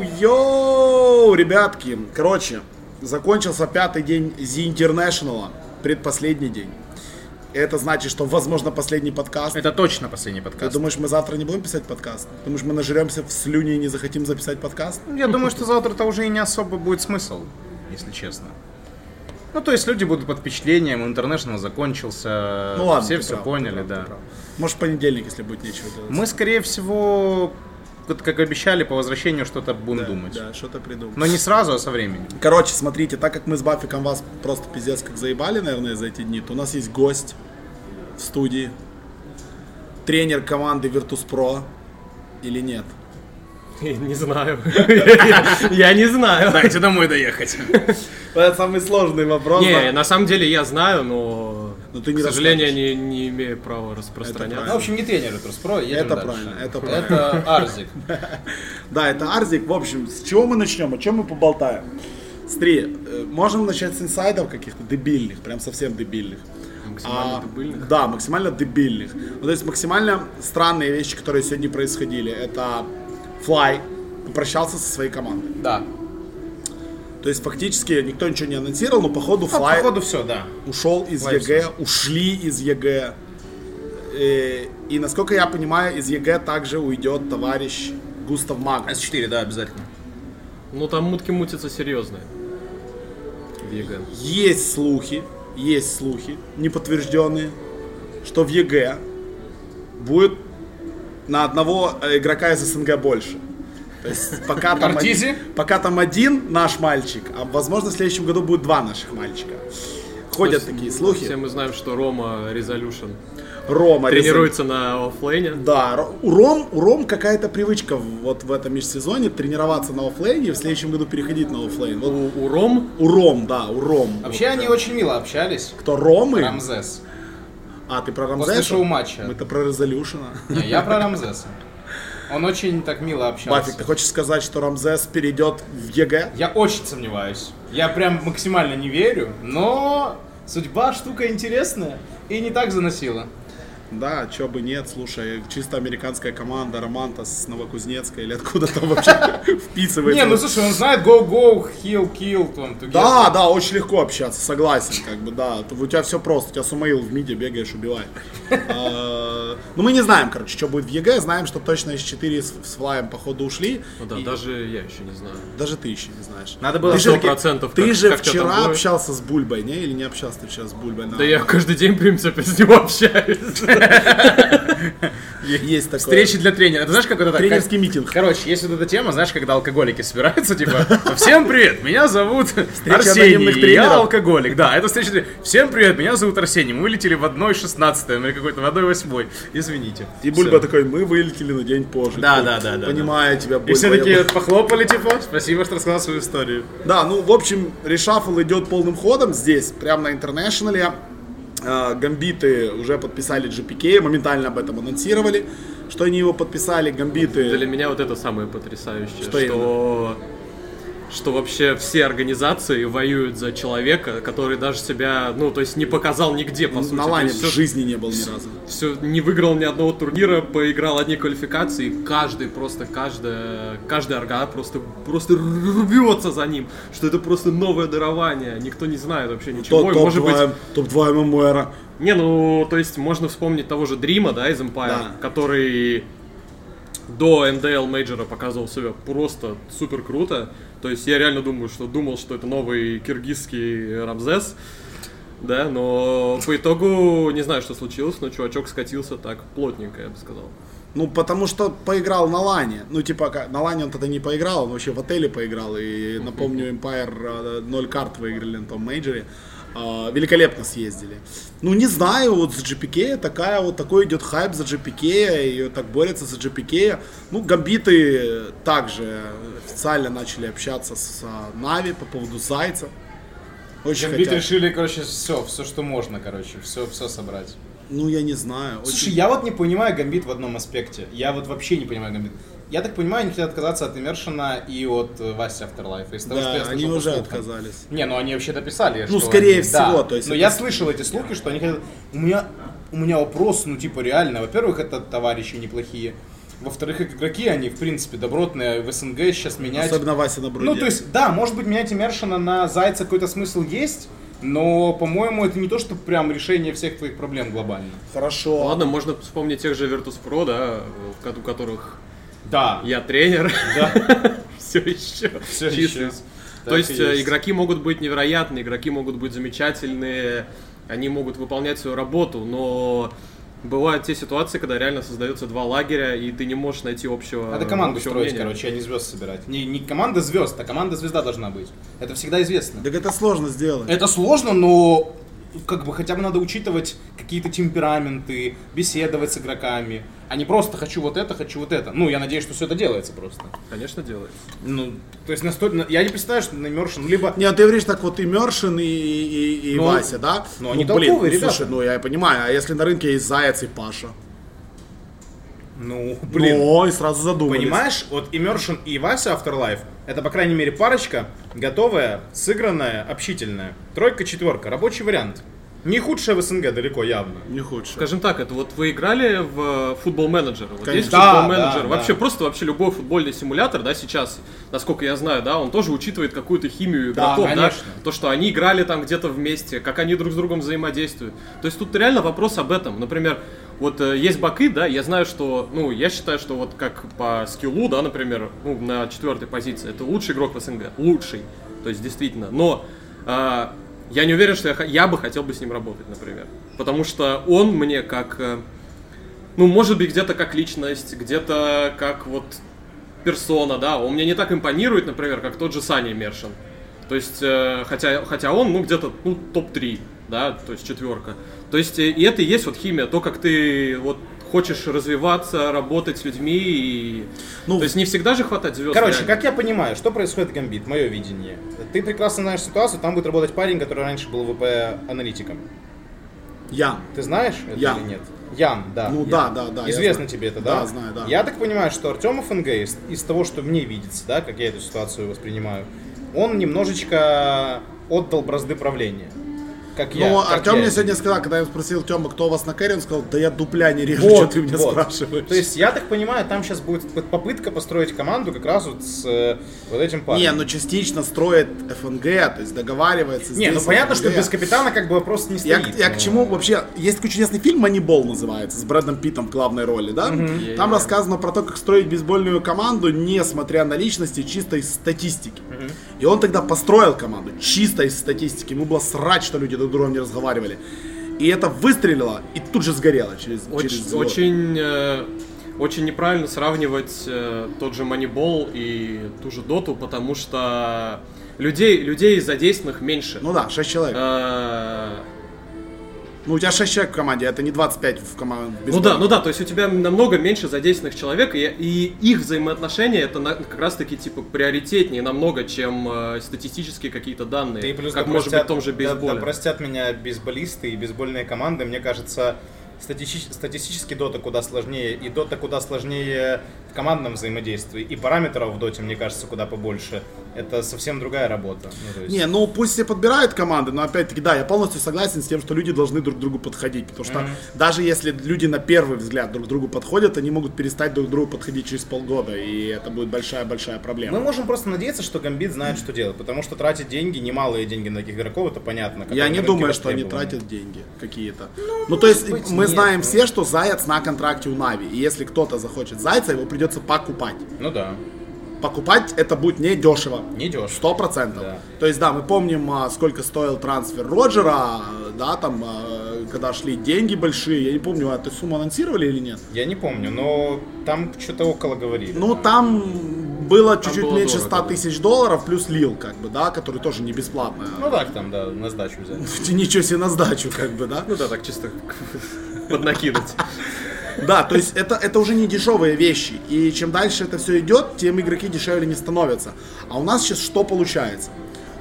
Йоу-йоу-йоу, ребятки. Короче, закончился пятый день The International, предпоследний день. Это значит, что, возможно, последний подкаст. Это точно последний Ты подкаст. думаешь, мы завтра не будем писать подкаст? Думаешь, мы нажремся в слюне и не захотим записать подкаст? Ну Я думаю, что завтра-то уже и не особо будет смысл, если честно. Ну, то есть люди будут под впечатлением, International закончился, Ну ладно, все ты все прав, ты поняли, прав, ты да. прав. Может, в понедельник, если будет нечего делать. Мы, скорее всего, вот как обещали, по возвращению что-то будем да, думать. Да, что-то придумаем. Но не сразу, а со временем. Короче, смотрите, так как мы с Бафиком вас просто пиздец как заебали, наверное, за эти дни, то у нас есть гость в студии. Тренер команды Virtus.pro или нет? Не знаю. Я не знаю. Дайте домой доехать. Ну, Это самый сложный вопрос. Не, на самом деле я знаю, но, Но ты к не сожалению, не, не имею права Это распространяться. Ну, в общем, не тренер это Роспро, едем Это дальше. правильно, это правильно. Это Арзик. Да, это Арзик. В общем, с чего мы начнем? О чем мы поболтаем? Смотри, э, можем начать с инсайдов каких-то дебильных, прям совсем дебильных. Максимально А, дебильных? Да, максимально дебильных. Ну, то есть максимально странные вещи, которые сегодня происходили. Это Флай попрощался со своей командой. Да. То есть фактически никто ничего не анонсировал, но походу А, Ну, Флай походу все, да. ушел из Флай ЕГЭ, ушли из ЕГЭ. Э, И, насколько я понимаю, из ЕГЭ также уйдет товарищ Густав Магнус. С4, да, обязательно. Ну там мутки мутятся серьезные. В ЕГЭ. Есть слухи, есть слухи, неподтвержденные, что в ЕГЭ будет на одного э, игрока из СНГ больше. То есть пока там, Картизи? один, пока там один наш мальчик, а возможно в следующем году будет два наших мальчика. Ходят То есть, такие ну, слухи. Все мы знаем, что Рома Резолюшн Рома резон- тренируется на оффлейне. Да, Ро- у Ром, у Ром какая-то привычка в- вот в этом межсезоне тренироваться на оффлейне и в следующем году переходить на оффлейн. Вот У, у Ром у Ром, да, у Ром. Вообще они очень мило общались. Кто Ромы? Рамзес. А, ты про Рамзеса? После шоу-матча. Мы-то про Резолюшена. Не, я про Рамзеса. Он очень так мило Бафик, общался. ты хочешь сказать, что Рамзес перейдет в ЕГЭ? Я очень сомневаюсь. Я прям максимально не верю, но судьба штука интересная и не так заносила. Да, чё бы нет, слушай, чисто американская команда Романта с Новокузнецка или откуда-то вообще Не, вписывается. ну слушай, он знает go-go, heal-kill, там, together. Да, да, очень легко общаться, согласен, как бы, да. У тебя все просто, у тебя Сумаил в миде бегаешь, убивай. Э, Ну, мы не знаем, короче, что будет в ЕГЭ, знаем, что точно из 4 с с Флаем, походу, ушли. Ну да, И- даже я еще не знаю. Даже ты еще не знаешь. Надо было Ты же- 100% Ты как- же как-то там вчера было. общался с Бульбой, не? Или не общался ты вчера с Бульбой? на- Да я каждый день, в принципе, с ним общаюсь. Есть такое. Встречи для тренера. Ты знаешь, как вот это... Тренерский митинг. Короче, есть вот эта тема, знаешь, когда алкоголики собираются, типа, всем привет, меня зовут анонимных Арсений, тренеров». я алкоголик, да, это встреча, для- всем привет, меня зовут Арсений, мы вылетели в 1.16, или какой-то в 1.8, извините. И Бульба Всё. такой, мы вылетели на день позже. Да, Такой, да, да, да, Понимаю тебя, Бульба. И все я такие бы- вот похлопали, типа, спасибо, что рассказал свою историю. Да, ну, в общем, решафл идет полным ходом здесь, прямо на интернешнале. Э, Гамбиты уже подписали GPK, моментально об этом анонсировали, что они его подписали. Для Гамбиты... меня вот это самое потрясающее, Что что, что, вообще все организации воюют за человека, который даже себя, ну, то есть не показал нигде, по сути. На То лане есть в всё- жизни не был ни разу. всё- не выиграл ни одного турнира, поиграл одни квалификации, и каждый просто, каждая, каждый орган просто, просто рвется за ним, что это просто новое дарование, никто не знает вообще ничего, Топ- и, может быть, Топ-2 топ-два ММРа. не, ну, то есть можно вспомнить того же Дрима, да, из Empire, Да. который до НДЛ мейджора показывал себя просто супер круто. То есть я реально думаю, что думал, что это новый киргизский Рамзес. Да, но по итогу не знаю, что случилось, но чувачок скатился так плотненько, я бы сказал. Ну, потому что поиграл на Лане. Ну, типа, ка- на Лане он тогда не поиграл, он вообще в отеле поиграл. И, напомню, Empire 0 карт выиграли на том мейджоре. А, Великолепно съездили. Ну, не знаю, вот за GPK такая вот, такой идет хайп за GPK, и так борются за GPK. Ну, гамбиты также официально начали общаться с а, Нави по поводу Зайца. Очень Гамбит хотят. решили, короче, все, все, что можно, короче, все, все собрать. Ну, я не знаю. Очень- Слушай, я вот не понимаю гамбит в одном аспекте. Я вот вообще не понимаю гамбит. Я так понимаю, они хотят отказаться от Иммершена и от э, Васи Afterlife. Из того, что я Да, слышал они по уже слухам. отказались. Не, ну они вообще дописали. Ну, что скорее они- да. всего, то есть Но это- я слышал эти слухи, что они хотят... У меня, у меня вопрос, ну, типа, реально. Во-первых, это товарищи неплохие. Во-вторых, как игроки, они, в принципе, добротные. В СНГ сейчас менять... Особенно Вася на бруде. Ну, то есть, да, может быть, менять Иммершена на Зайца какой-то смысл есть, но, по-моему, это не то, что прям решение всех твоих проблем глобально. Хорошо. Ладно, можно вспомнить тех же Virtus.pro, да, в ко- у которых Да. я тренер. Да. все еще Всё ещё. числюсь. То Так есть, и э, есть. игроки могут быть невероятные, игроки могут быть замечательные, они могут выполнять свою работу, но бывают те ситуации, когда реально создаются два лагеря, и ты не можешь найти общего. Надо команду общего строить, мнения. короче, а не звезд собирать. Не, не команда звезд, а команда звезда должна быть. Это всегда известно. Так это сложно сделать. Это сложно, но как бы хотя бы надо учитывать какие-то темпераменты, беседовать с игроками, а не просто хочу вот это, хочу вот это. Ну, я надеюсь, что все это делается просто. Конечно, делается. Ну, то есть настолько... Я не представляю, что на Immersion либо... Нет, ну ты говоришь так вот и Мершин, и, и, и Ну, Вася, да? ну, они блин, толковые ну, ребята. Слушай, ну я понимаю, а если на рынке есть Заяц и Паша? Ну, блин. Блин. Ну, и сразу задумались. Понимаешь, вот Immersion и Вася Afterlife, это, по крайней мере, парочка, готовая, сыгранная, общительная. Тройка, четверка, рабочий вариант. Не худшая в СНГ далеко, явно. Не худшее. Скажем так, это вот вы играли в э, футбол менеджер. Вот Конечно. есть Да, футбол да, менеджер. вообще да. просто вообще любой футбольный симулятор, да, сейчас, насколько я знаю, да, он тоже учитывает какую-то химию Да, игроков, да, конечно. то, что они играли там где-то вместе, как они друг с другом взаимодействуют. То есть тут реально вопрос об этом. Например, вот э, есть баки, да, я знаю, что, ну, я считаю, что вот как по скиллу, да, например, ну, на четвертой позиции, это лучший игрок в СНГ, лучший, то есть действительно, но э, я не уверен, что я, х- я бы хотел бы с ним работать, например, потому что он мне как э, ну, может быть, где-то как личность, где-то как вот персона, да. Он мне не так импонирует, например, как тот же Саня Мершин. То есть, э, хотя, хотя он, ну, где-то, ну, топ-3, да, то есть четверка. То есть, э, и это и есть вот химия, то, как ты вот хочешь развиваться, работать с людьми и... Ну, то есть не всегда же хватать звезд. Короче, реально. как я понимаю, что происходит в Гамбит, мое видение. Ты прекрасно знаешь ситуацию, там будет работать парень, который раньше был ВП-аналитиком. Я. Ты знаешь это Ян. или нет? Ян, да. Ну Ян. да, да, да, я Известно знаю. тебе это, да? Да, знаю, да. Я так понимаю, что Артемов НГ из, из того, что мне видится, да, как я эту ситуацию воспринимаю, он немножечко отдал бразды правления. Как я. ну, как Артем я мне это сегодня вижу. сказал, когда я спросил Тема, кто у вас на кэре, он сказал, да я дупля не режу, что ты меня вот. спрашиваешь. То есть, я так понимаю, там сейчас будет п- попытка построить команду как раз вот с э, вот этим парнем. Не, ну частично строит ФНГ, то есть договаривается. Не, ну здесь понятно, что ФНГ. без капитана как бы вопрос не Я, стоит. к- я ну. но- к чему вообще... Есть такой чудесный фильм «Манибол» называется, с Брэдом Питтом в главной роли, да? Там Я- рассказано про то, как строить бейсбольную команду, несмотря на личности, чисто из статистики. И он тогда построил команду чисто из статистики. Ему было срать, что люди друг с другом не разговаривали. И это выстрелило, и тут же сгорело через, через Очень, год. очень, э, очень неправильно сравнивать э, тот же Moneyball и ту же Доту, потому что людей, людей задействованных меньше. Ну да, 6 человек. А. Э, Ну у тебя 6 человек в команде, это не 25 в команде. в Ну бейсболе. да, ну да, то есть у тебя намного меньше задействованных человек, и, и их взаимоотношения это на- как раз таки типа приоритетнее намного, чем э, статистические какие-то данные. Да и плюс как да может быть простят- в том же да- бейсболе. да простят меня бейсболисты и бейсбольные команды. Мне кажется, статистически, статистически дота куда сложнее, и дота куда сложнее в командном взаимодействии. И параметров в доте, мне кажется, куда побольше. Это совсем другая работа. Ну, то есть- Не, ну пусть все подбирают команды, но опять-таки, да, я полностью согласен с тем, что люди должны друг к другу подходить. Потому что даже если люди на первый взгляд друг к другу подходят, они могут перестать друг к другу подходить через полгода. И это будет большая-большая проблема. Мы можем просто надеяться, что Гамбит знает, что делать, потому что тратить деньги, немалые деньги на таких игроков, это понятно. я которые не на рынке думаю, что они востребованы. тратят деньги какие-то. Ну, то есть, может быть, мы нет, ну. знаем но- все, что заяц на контракте у Нави. И если кто-то захочет зайца, его придется покупать. Ну да, Покупать это будет не дешево. не дешево. Сто процентов. Да. То есть, да, мы помним, а, сколько стоил трансфер Роджера, э, да, там, э, когда шли деньги большие, я не помню, а эту сумму анонсировали или нет? Я не помню, но там что-то около говорили. Ну, там было чуть-чуть было меньше 100 дорого, да. тысяч долларов, плюс Лил, как бы, да, который тоже не бесплатно. Ну так там, да, на сдачу взяли. Ничего себе на сдачу, как бы, да? Ну да, так чисто поднакинуть. Да, то есть это, это уже не дешевые вещи. И чем дальше это все идет, тем игроки дешевле не становятся. А у нас сейчас что получается?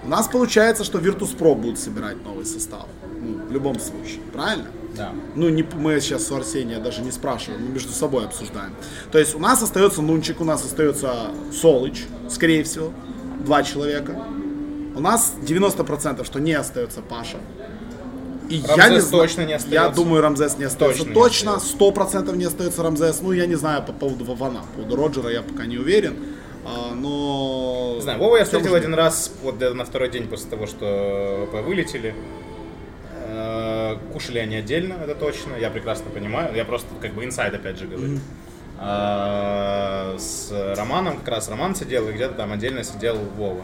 У нас получается, что Virtus.pro будут собирать новый состав. Ну, в любом случае, правильно? Да. Ну, не, мы сейчас у Арсения даже не спрашиваем, мы между собой обсуждаем. То есть у нас остается Нунчик, у нас остается Солыч, скорее всего, два человека. У нас 90% что не остается Паша. И я Рамзес не зна- точно не Я остается. думаю, Рамзес не остается. Точно не Точно, остается. сто процентов не остается Рамзес. Ну, я не знаю по поводу Вавана. По поводу Роджера я пока не уверен. А, но... Не знаю, Вова я Всё встретил может один раз, вот где-то на второй день после того, что ВП вылетели. Э, Кушали они отдельно, это точно, я прекрасно понимаю. Я просто как бы инсайд опять же говорю. А, С Романом, как раз Роман сидел, и где-то там отдельно сидел Вова.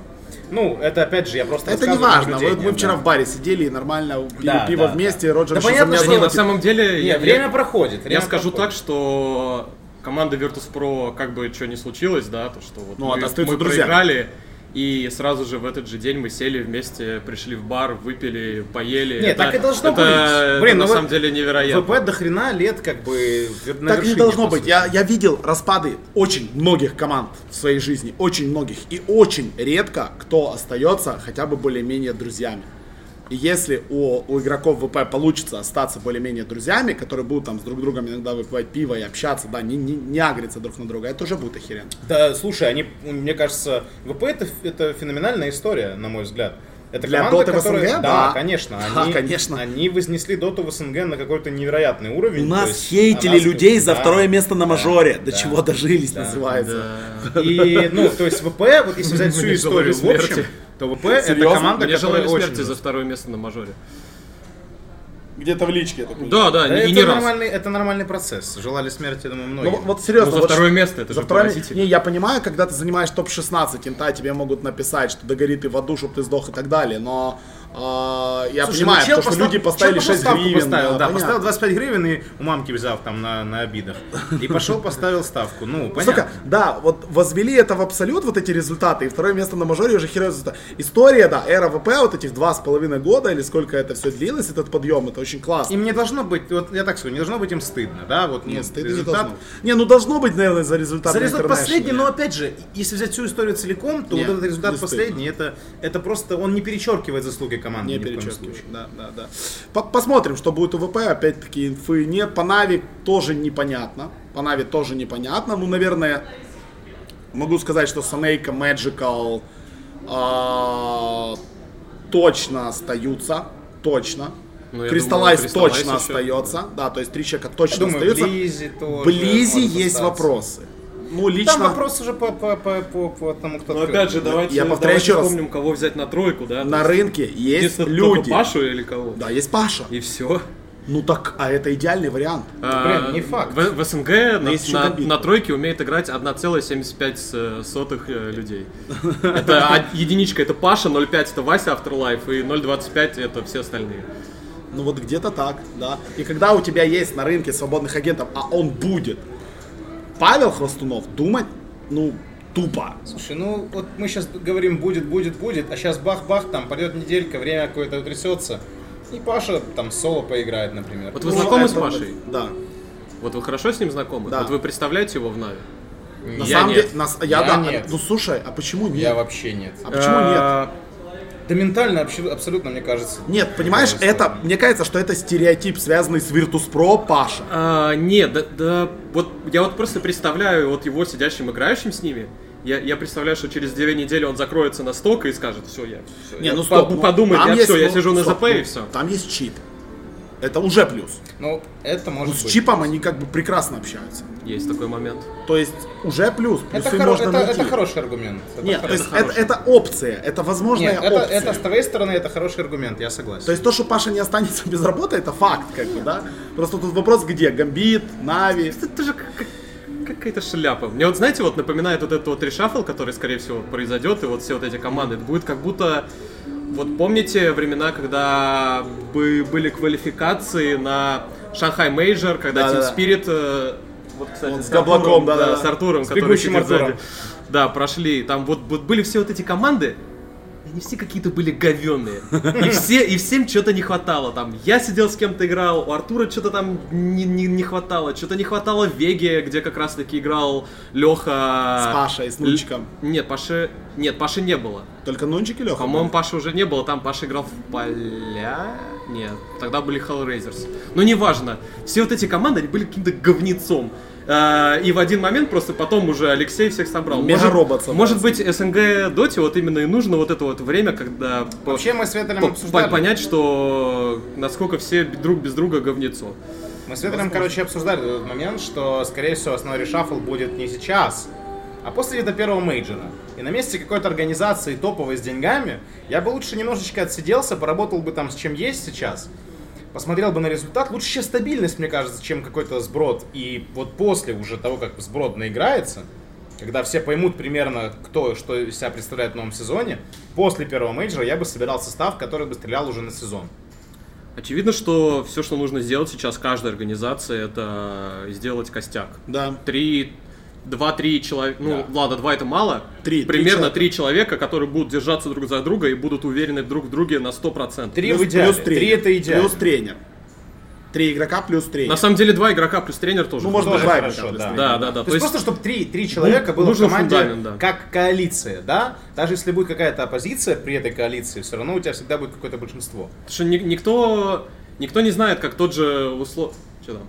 Ну, это опять же, я просто Это не рассказываю важно. Вот наблюдение, мы вчера да. в баре сидели и нормально пили Да, пиво да, вместе. да. Роджер Да ещё понятно, за меня что Не, на звонил, самом деле... Не, я- время проходит. Я время скажу проходит. так, что команда Virtus.pro, как бы что ни случилось, да, то что вот Ну, мы, это остаются мы друзьями. проиграли, и сразу же в этот же день мы сели вместе, пришли в бар, выпили, поели. Не, так и должно это- быть. это Блин, ну на вот самом деле невероятно. ВП до хрена лет как бы вер- на Так не вершине, должно по быть. сути. Я, я видел распады очень многих команд в своей жизни, очень многих. И очень редко кто остается хотя бы более-менее друзьями. И если у, у игроков ВП получится остаться более-менее друзьями, которые будут там с друг другом иногда выпивать пиво и общаться, да, не, не, не агриться друг на друга, это уже будет охеренно. Да, слушай, они, мне кажется, ВП это, это феноменальная история, на мой взгляд. Это Для команда, Доты в которая- СНГ? Да, Да. конечно. Да, Они, конечно. Они вознесли Доту в СНГ на какой-то невероятный уровень. У Ну, то нас есть хейтили она- людей за да, второе место на да, мажоре. До да. чего дожились, Да, называется. И, ну, то есть ВП, вот если взять всю Мне историю в желали общем, смерти. то ВП это Серьезно? команда, Мне желали которая очень... смерти за второе место на мажоре. Где-то в личке. я так понимаю. Да, да, Ну, Да, это, и не раз. нормальный, это нормальный процесс. Желали смерти, я думаю, Ну, многие. вот- вот серьезно. Ну, за вот второе ш- место, это за же второе ме- поразительно. Не, я понимаю, когда ты занимаешь топ-16 инта, тебе могут написать, что да гори ты в аду, чтоб ты сдох и так далее, но э, я Слушай, ну, понимаю, чел потому что постав- люди поставили чел 6 ставку гривен. поставил, да, понятно. поставил 25 гривен и у мамки взял там на, на обидах. И пошел поставил ставку. Ну, понятно. Сука, да, вот возвели это в абсолют, вот эти результаты, и второе место на мажоре уже херой результат. История, да, эра ВП, вот этих два с половиной года, или сколько это все длилось, этот подъем, это очень классно. Им не должно быть, вот я так скажу, не должно быть им стыдно, да, вот ну, Нет, стыдно не результат. должно. Не, ну должно быть, наверное, за результат. За на результат International. последний, но опять же, если взять всю историю целиком, то Нет, вот этот результат не стыдно. последний, это, это просто, он не перечеркивает заслуги команды Не ни в коем перечеркиваю. случае. Да, да, да. По- Посмотрим, что будет у ВП. Опять-таки инфы нет. По Нави тоже непонятно. По Нави тоже непонятно. Ну, наверное, могу сказать, что Санейка, Magical а, точно остаются. Точно. Ну, я Кристаллайз думаю, Crystallize точно еще. остается. Да, то есть три человека Я точно думаю, остаются. Близи тоже Близи может есть остаться. вопросы. Ну, лично... Там вопрос уже по, по, по, по, по тому, кто Но открыл. Ну, опять же, давайте, Я повторяю давайте еще раз. вспомним, кого взять на тройку, да? На То есть, рынке есть единственное, люди. только Пашу или кого? Да, есть Паша. И все. Ну так, а это идеальный вариант. блин, не факт. А, В, в СНГ на, есть еще на- Гамбит. на тройке умеет играть 1,75 с- сотых э, людей. Это од- единичка, это Паша, 0,5 это Вася Afterlife, и 0,25 это все остальные. Ну вот где-то так, да. И когда у тебя есть на рынке свободных агентов, а он будет, Павел Хвостунов думать, ну, тупо. Слушай, ну вот мы сейчас говорим будет, будет, будет, а сейчас бах-бах, там пойдет неделька, время какое-то утрясется, и Паша там соло поиграет, например. Вот вы Ну, знакомы с это- Пашей? Да. Вот вы хорошо с ним знакомы? Да. Вот вы представляете его в Нави? На Я самом нет. деле, нас- я, Я да, нет. ну слушай, а почему нет? Я вообще нет. А почему э, нет? Да ментально вообще- абсолютно, мне кажется. Нет, понимаешь, это, мне кажется, что это стереотип, связанный с Virtus.pro Паша. А, не, да, да, вот я вот просто представляю вот его сидящим играющим с ними. Я, я представляю, что через две недели он закроется на сток и скажет, все, я, всё, Не, я ну стоп, Э, по- ну, подумай, там я есть, все, я ну, сижу на стоп, ЗП ну, и все. Там есть чип. Это уже плюс. Ну, это Ну, может с быть. чипом они как бы прекрасно общаются. Есть такой момент. То есть уже плюс, Это, плюсы хоро- ну, можно это- найти. это хороший аргумент. Это Нет, хоро- то есть это, хороший. это опция, это возможная Нет, это, опция. это с твоей стороны это хороший аргумент, я согласен. То есть то, что Паша не останется без работы, это факт, как бы, да? Просто тут вопрос где? Гамбит, Нави. Это тоже как- как- какая-то шляпа. Мне вот, знаете, вот напоминает вот этот вот решафл, который, скорее всего, произойдет, и вот все вот эти команды. Это будет как будто... Вот помните времена, когда бы- были квалификации на Шанхай Мейджор, когда Team Да-да-да. Spirit... э, вот, кстати, Вот с Артуром, Габлаком, да-да-да. С Артуром, С который бегущим сидит Артуром. сзади. Да, прошли. Там вот, вот были все вот эти команды, и они все какие-то были говенные. И, все, и всем что-то не хватало. Там я сидел с кем-то играл, у Артура что-то там не, не, не хватало. Что-то не хватало в Веге, где как раз-таки играл Леха... С Пашей, с Нунчиком. Нет, Паши... Нет, Паши не было. Только Нунчик и Леха. По-моему, Паши уже не было. Там Паша играл в поля... Нет, тогда были Hellraisers. Но неважно. Все вот эти команды, они были каким-то говнецом. Э, И в один момент просто потом уже Алексей всех собрал. Может- Мегаробот собрал. Может быть, СНГ Доте вот именно и нужно вот это вот время, когда по- Вообще мы с Ветрелем по- обсуждали. понять, что насколько все друг без друга говнецо. Мы с Ветрелем, короче, обсуждали этот момент, что, скорее всего, основной решафл будет не сейчас, а после где-то первого мейджора. И на месте какой-то организации топовой с деньгами я бы лучше немножечко отсиделся, поработал бы там с чем есть сейчас, посмотрел бы на результат. Лучше сейчас стабильность, мне кажется, чем какой-то сброд. И вот после уже того, как сброд наиграется, когда все поймут примерно, кто и что из себя представляет в новом сезоне, после первого мейджора я бы собирал состав, который бы стрелял уже на сезон. Очевидно, что все, что нужно сделать сейчас каждой организации, это сделать костяк. Да. Три, два-три человека, ну ладно, два это мало. Три, три Примерно человека. три человека, которые будут держаться друг за друга и будут уверены друг в друге на 100%. Три в идеале. Три тренер. это идеально. Плюс тренер. Три игрока плюс тренер. На самом деле два игрока плюс тренер тоже. Ну, может быть, Тоже два хорошо, игрока плюс да. тренер. Да, да, да. То, есть, просто, чтобы три, три человека ну, было в нужен команде фундамент, да. как коалиция, да? Даже если будет какая-то оппозиция при этой коалиции, все равно у тебя всегда будет какое-то большинство. Потому что ни- никто, никто не знает, как тот же услов... Чё там?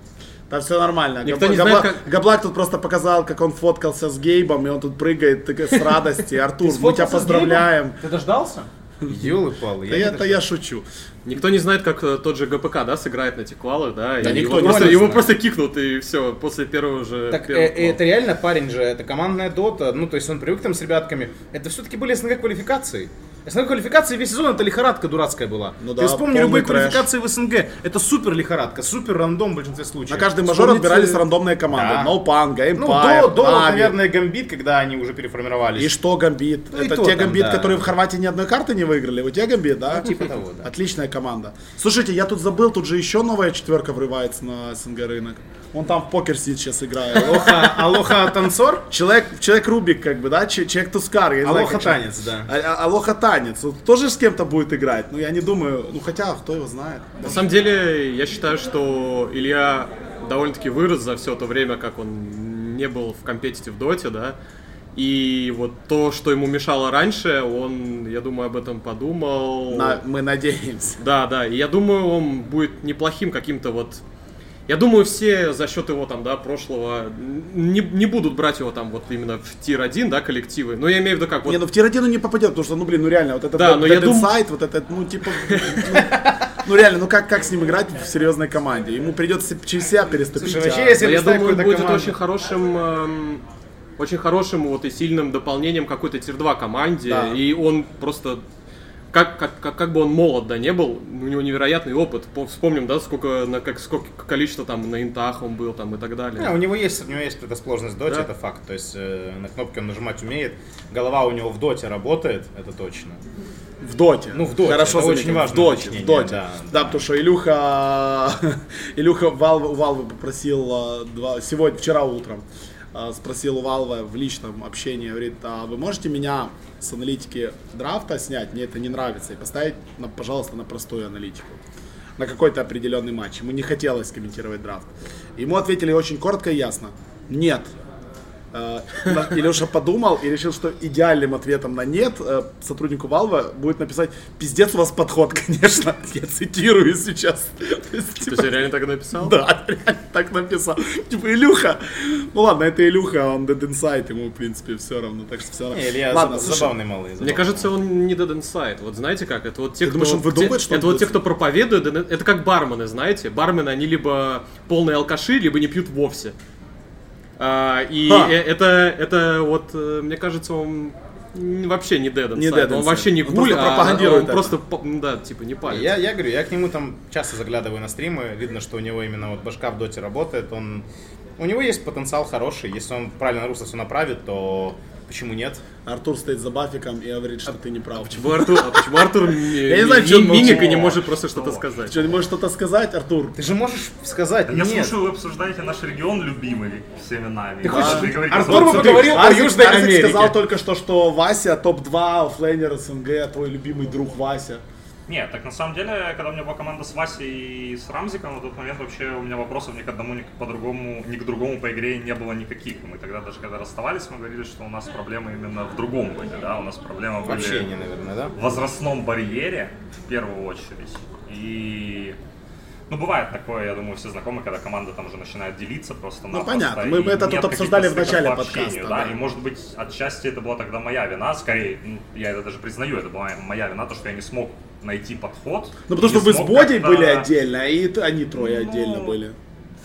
Там все нормально. Никто Габла- не знает, Габла- как- Габлак тут просто показал, как он фоткался с Гейбом, и он тут прыгает так, с радости. Артур, мы тебя поздравляем. Ты дождался? Ёлы палы, Да не я-то дождался. я шучу. Никто не знает, как э, тот же ГПК, да, сыграет на тиквалах, да, Да и никто его, не просто, знает. его просто кикнут, и все, после первого же... Так э, первого э, это реально парень же, это командная дота, ну то есть он привык там с ребятками. Это все-таки были СНГ квалификации. СНГ квалификации весь сезон это лихорадка дурацкая была. Ну Ты да, вспомни полный любые трэш. квалификации в СНГ. Это супер лихорадка, супер рандом в большинстве случаев. На А каждый мажор Вспомните- отбирались рандомные команды. Да. Ноупанга, Ну, Эмпайр, до, до вот, Нави. наверное, гамбит, когда они уже переформировались. И что гамбит? Ну и Это то те там, гамбит, да. которые в Хорватии ни одной карты не выиграли. У тебя гамбит, да? Ну, типа того, да. Отличная команда. Слушайте, я тут забыл, тут же еще новая четверка врывается на СНГ рынок. Он там в покер сидит сейчас играет. Алоха, алоха танцор? Человек, человек Рубик, как бы, да? Че- Человек Тускар. я не знаю, Алоха как человек- танец, да. А- а- Алоха танец. Он тоже с кем-то будет играть? Ну, я не думаю. Ну, хотя, кто его знает. На самом деле, я считаю, что Илья довольно-таки вырос за все то время, как он не был в компетите в доте, да. И вот то, что ему мешало раньше, он, я думаю, об этом подумал. На- мы надеемся. Да, да. И я думаю, он будет неплохим каким-то вот. Я думаю, все за счет его там, да, прошлого н- не, не будут брать его там вот именно в тир-1, да, коллективы. Но я имею в виду как вот. Не, ну в тир-1 он не попадет, потому что, ну, блин, ну реально, вот этот Да, Dead- но я Dead дум- Inside, вот этот, ну, типа, ну, ну, реально, ну как, как с ним играть в серьезной команде? Ему придется через себя переступить. Слушай, вообще, а- если Но я представить думаю, какую-то будет команду- очень хорошим, эм, очень хорошим вот и сильным дополнением какой-то тир-2 команде. Да. И он просто, как, как, как, как бы он молод да не был, у него невероятный опыт. По- вспомним, да, сколько, на, как, сколько количество там на интах он был там и так далее. Не, у него есть, у него есть предрасположенность к доте, Да. это факт. То есть э, на кнопки он нажимать умеет, голова у него в доте работает, это точно. В доте. Ну, в доте, Хорошо, это очень заметил, важное В доте, уточнение, в доте. Да, да. потому что Илюха, Илюха Вал- у Валвы попросил э, два- сегодня, вчера утром, э, спросил у Валвы в личном общении, говорит, а вы можете меня с аналитики драфта снять? Мне это не нравится. И поставить, на- пожалуйста, на простую аналитику. На какой-то определенный матч. Ему не хотелось комментировать драфт. Ему ответили очень коротко и ясно. Нет, Э, на- Илюша подумал и решил, что идеальным ответом на нет э, сотруднику Valve будет написать «Пиздец у вас подход, конечно». Я цитирую сейчас. То есть, То типа, есть я реально так э, написал? Да, реально так написал. Типа, Илюха. Ну ладно, это Илюха, он Dead Inside, ему, в принципе, все равно. Так что все равно. Не, Илья ладно, за- слушай, забавный малый. Мне забавный. кажется, он не dead inside. Вот знаете как? Это вот те, Ты кто, думаешь, он выдумывает, те- что он это вот dead те, inside? кто проповедует. dead- Это как бармены, знаете? Бармены, они либо полные алкаши, либо не пьют вовсе. А, и Ха. э- это, это вот, э, мне кажется, он н- вообще не dead inside. Не dead Он inside. вообще не Он гуль, просто а пропагандирует он это. просто, по- ну да, типа не палит. Я, я говорю, я к нему там часто заглядываю на стримы, видно, что у него именно вот башка в доте работает, он... У него есть потенциал хороший, если он правильно русло все направит, то почему нет? Артур стоит за бафиком и говорит, что ты не прав. Почему Артур, а почему Артур не знаю, чё он мимика молчит. не может просто что-то сказать? Что, не можешь что-то сказать, Артур? Ты же можешь сказать Я нет. слушаю, вы обсуждаете наш регион, любимый всеми нами. Ты хочешь, Вы говорите, Артур бы «Солнце, поговорил о Арзик- Южной Арзик Америке. сказал только что, что Вася топ-2 оффлейнер СНГ, твой любимый друг Вася. Нет, так на самом деле, когда у меня была команда с Васей и с Рамзиком, на тот момент вообще у меня вопросов ни к одному, ни к по-другому, ни к другому по игре не было никаких. Мы тогда даже когда расставались, мы говорили, что у нас проблемы именно в другом были, да, у нас проблемы были Вообще не, наверное, да? в возрастном барьере в первую очередь. И Ну, бывает такое, я думаю, все знакомы, когда команда там уже начинает делиться просто Ну, на понятно, мы бы это тут обсуждали в начале подкаста, Да? да. И, может быть, отчасти это была тогда моя вина, скорее, ну, я это даже признаю, это была моя вина, то, что я не смог найти подход. Ну, потому не что вы с смог Бодей как-то были отдельно, а и т- они трое Ну, отдельно были.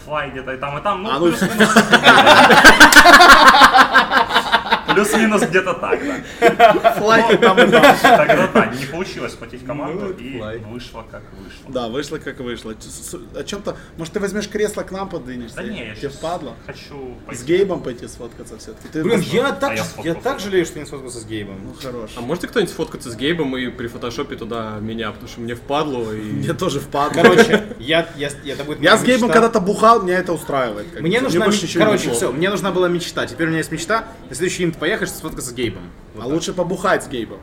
Флай где-то и там, и там, ну, А, ну, плюс-минус. Плюс-минус где-то так, да. Ну, Флай там и там. Тогда да, не получилось сплотить команду, и Флай. вышло как вышло. Да, вышло как вышло. Т- с- с- О чем-то. Может, ты возьмешь кресло к нам подвинешься? Да не, я Тебе сейчас впадло? хочу С пойти. Гейбом пойти сфоткаться все-таки. Ты Блин, просто- А я так, я ж- я сфоткался. так жалею, что не сфоткался с Гейбом. Ну, хорош. А можете кто-нибудь сфоткаться с Гейбом и при фотошопе туда меня, потому что мне впадло и... Мне тоже впадло. Короче, я, я, я, это будет Я моя с Гейбом мечта. когда-то бухал, меня это устраивает. как Мне бы. нужна, больше меч- ничего не короче, нужно. все, мне нужна была мечта. Теперь у меня есть мечта. На следующий инт поехать, сфоткаться с Гейбом. А лучше побухать с Гейбом.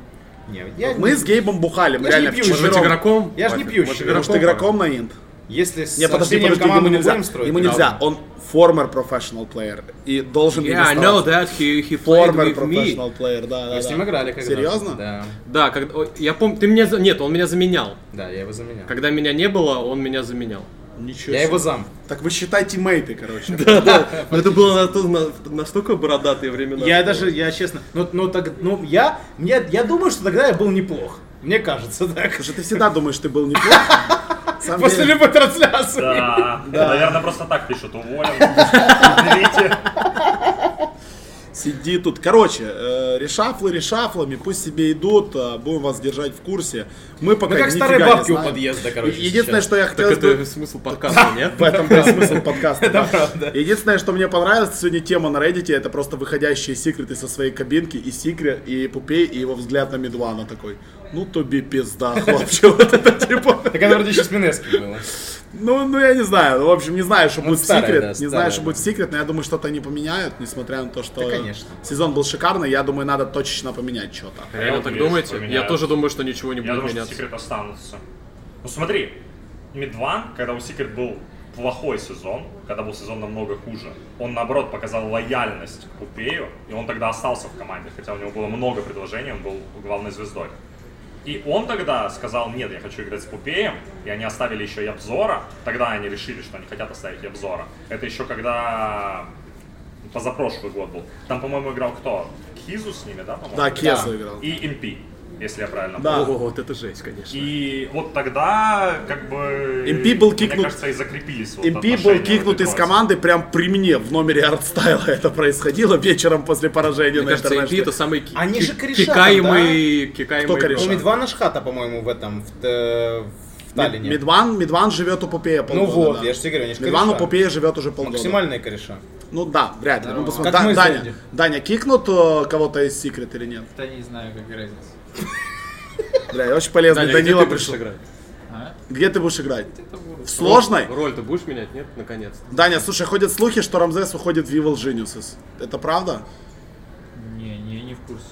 Не, я- Мы с Гейбом бухали, мы Я же не реально пью, Может быть, вчетвером. игроком? Я же не Пофиг, пьющий. может, Может, игроком на инт? Если с Не, подожди, сообщением подожди, ему команды мы нельзя. будем строить, Ему да. нельзя. Он former professional player и должен ими Yeah, I know оставаться. that he, he Former played with me. professional player, да, да. Мы с да. ним играли когда Серьезно? Да. Да, когда, ой, я помню, ты меня... за- Нет, он меня заменял. Да, я его заменял. Когда меня не было, он меня заменял. Ничего Я себе. его зам. Так вы считай тиммейты, короче. Но Ну, это было на- на- настолько бородатые времена. Я что- даже, я честно, ну, ну, так, ну, я, мне, я думаю, что тогда я был неплох. Мне кажется, так. Потому что ты всегда думаешь, ты был неплох. Сам После деле- любой трансляции. Да, наверное, просто так пишут, уволен, уберите. Сиди тут. Короче, э, решафлы решафлами, пусть себе идут, э, будем вас держать в курсе. Мы пока Мы Ну, как нифига старые не бабки у знаем. подъезда, Е- короче. Единственное, сейчас. что я хотел Так бы... это смысл подкаста, нет? В этом да, смысл подкаста. да. правда. Единственное, что мне понравилось сегодня тема на Reddit, это просто выходящие секреты со своей кабинки и секрет, и Пупей, и его взгляд на Медуана такой. Ну, тобі пизда, хлопче, вот это типа. Так это вроде еще с Минески было. Ну, ну, я не знаю, ну, в общем, не знаю, что будет старая, секрет, да, не знаю, старая, что да. будет секрет, но я думаю, что-то они поменяют, несмотря на то, что Да, конечно. сезон был шикарный, я думаю, надо точечно поменять что-то. Реально вот так верю, что думаете? Я поменяют. тоже думаю, что ничего не Я будет думаю, что меняться. секрет останутся. Ну смотри, Мидван, когда у Секрет был плохой сезон, когда был сезон намного хуже, он наоборот показал лояльность к Купею, и он тогда остался в команде, хотя у него было много предложений, он был главной звездой. И он тогда сказал, нет, я хочу играть с Пупеем, и они оставили еще и обзора, тогда они решили, что они хотят оставить и обзора. Это еще когда ну, позапрошлый год был. Там, по-моему, играл кто? Кизу с ними, да, по-моему? Да, Кезу играл. И МП, если я правильно Да. О, вот это жесть, конечно. и вот тогда, как бы... MP был Мне кикнут- кажется, и закрепились вот МП был отношения кикнут вот эти из вот. команды прям при мне в номере артстайла это происходило вечером после поражения Мне на кажется, MP Интернешнл. это самый ки- Они ки- же кореша там, кикаемый... кикаемый Кто кореша? Ну, игрок. Медва Нашхата, по-моему, в этом, в, Т- в Таллине. Медван, Медван живет у Попея полгода. вот, да. я ж тебе говорю, они ж Медван у кореша. Попея живет уже полгода. Максимальные кореша. Ну да, вряд ли. Ну, посмотрим. Как Да- мы с Даня, Энди. Даня, кикнут э, кого-то из секрет или нет? Да не знаю, какая разница. Бля, я очень полезный. Даня, где Данила ты будешь пришел. играть? А? Где ты будешь играть? В сложной? Роль ты будешь менять, нет? Наконец-то. Даня, слушай, ходят слухи, что Рамзес уходит в Evil Geniuses. Это правда? Не, не, не в курсе.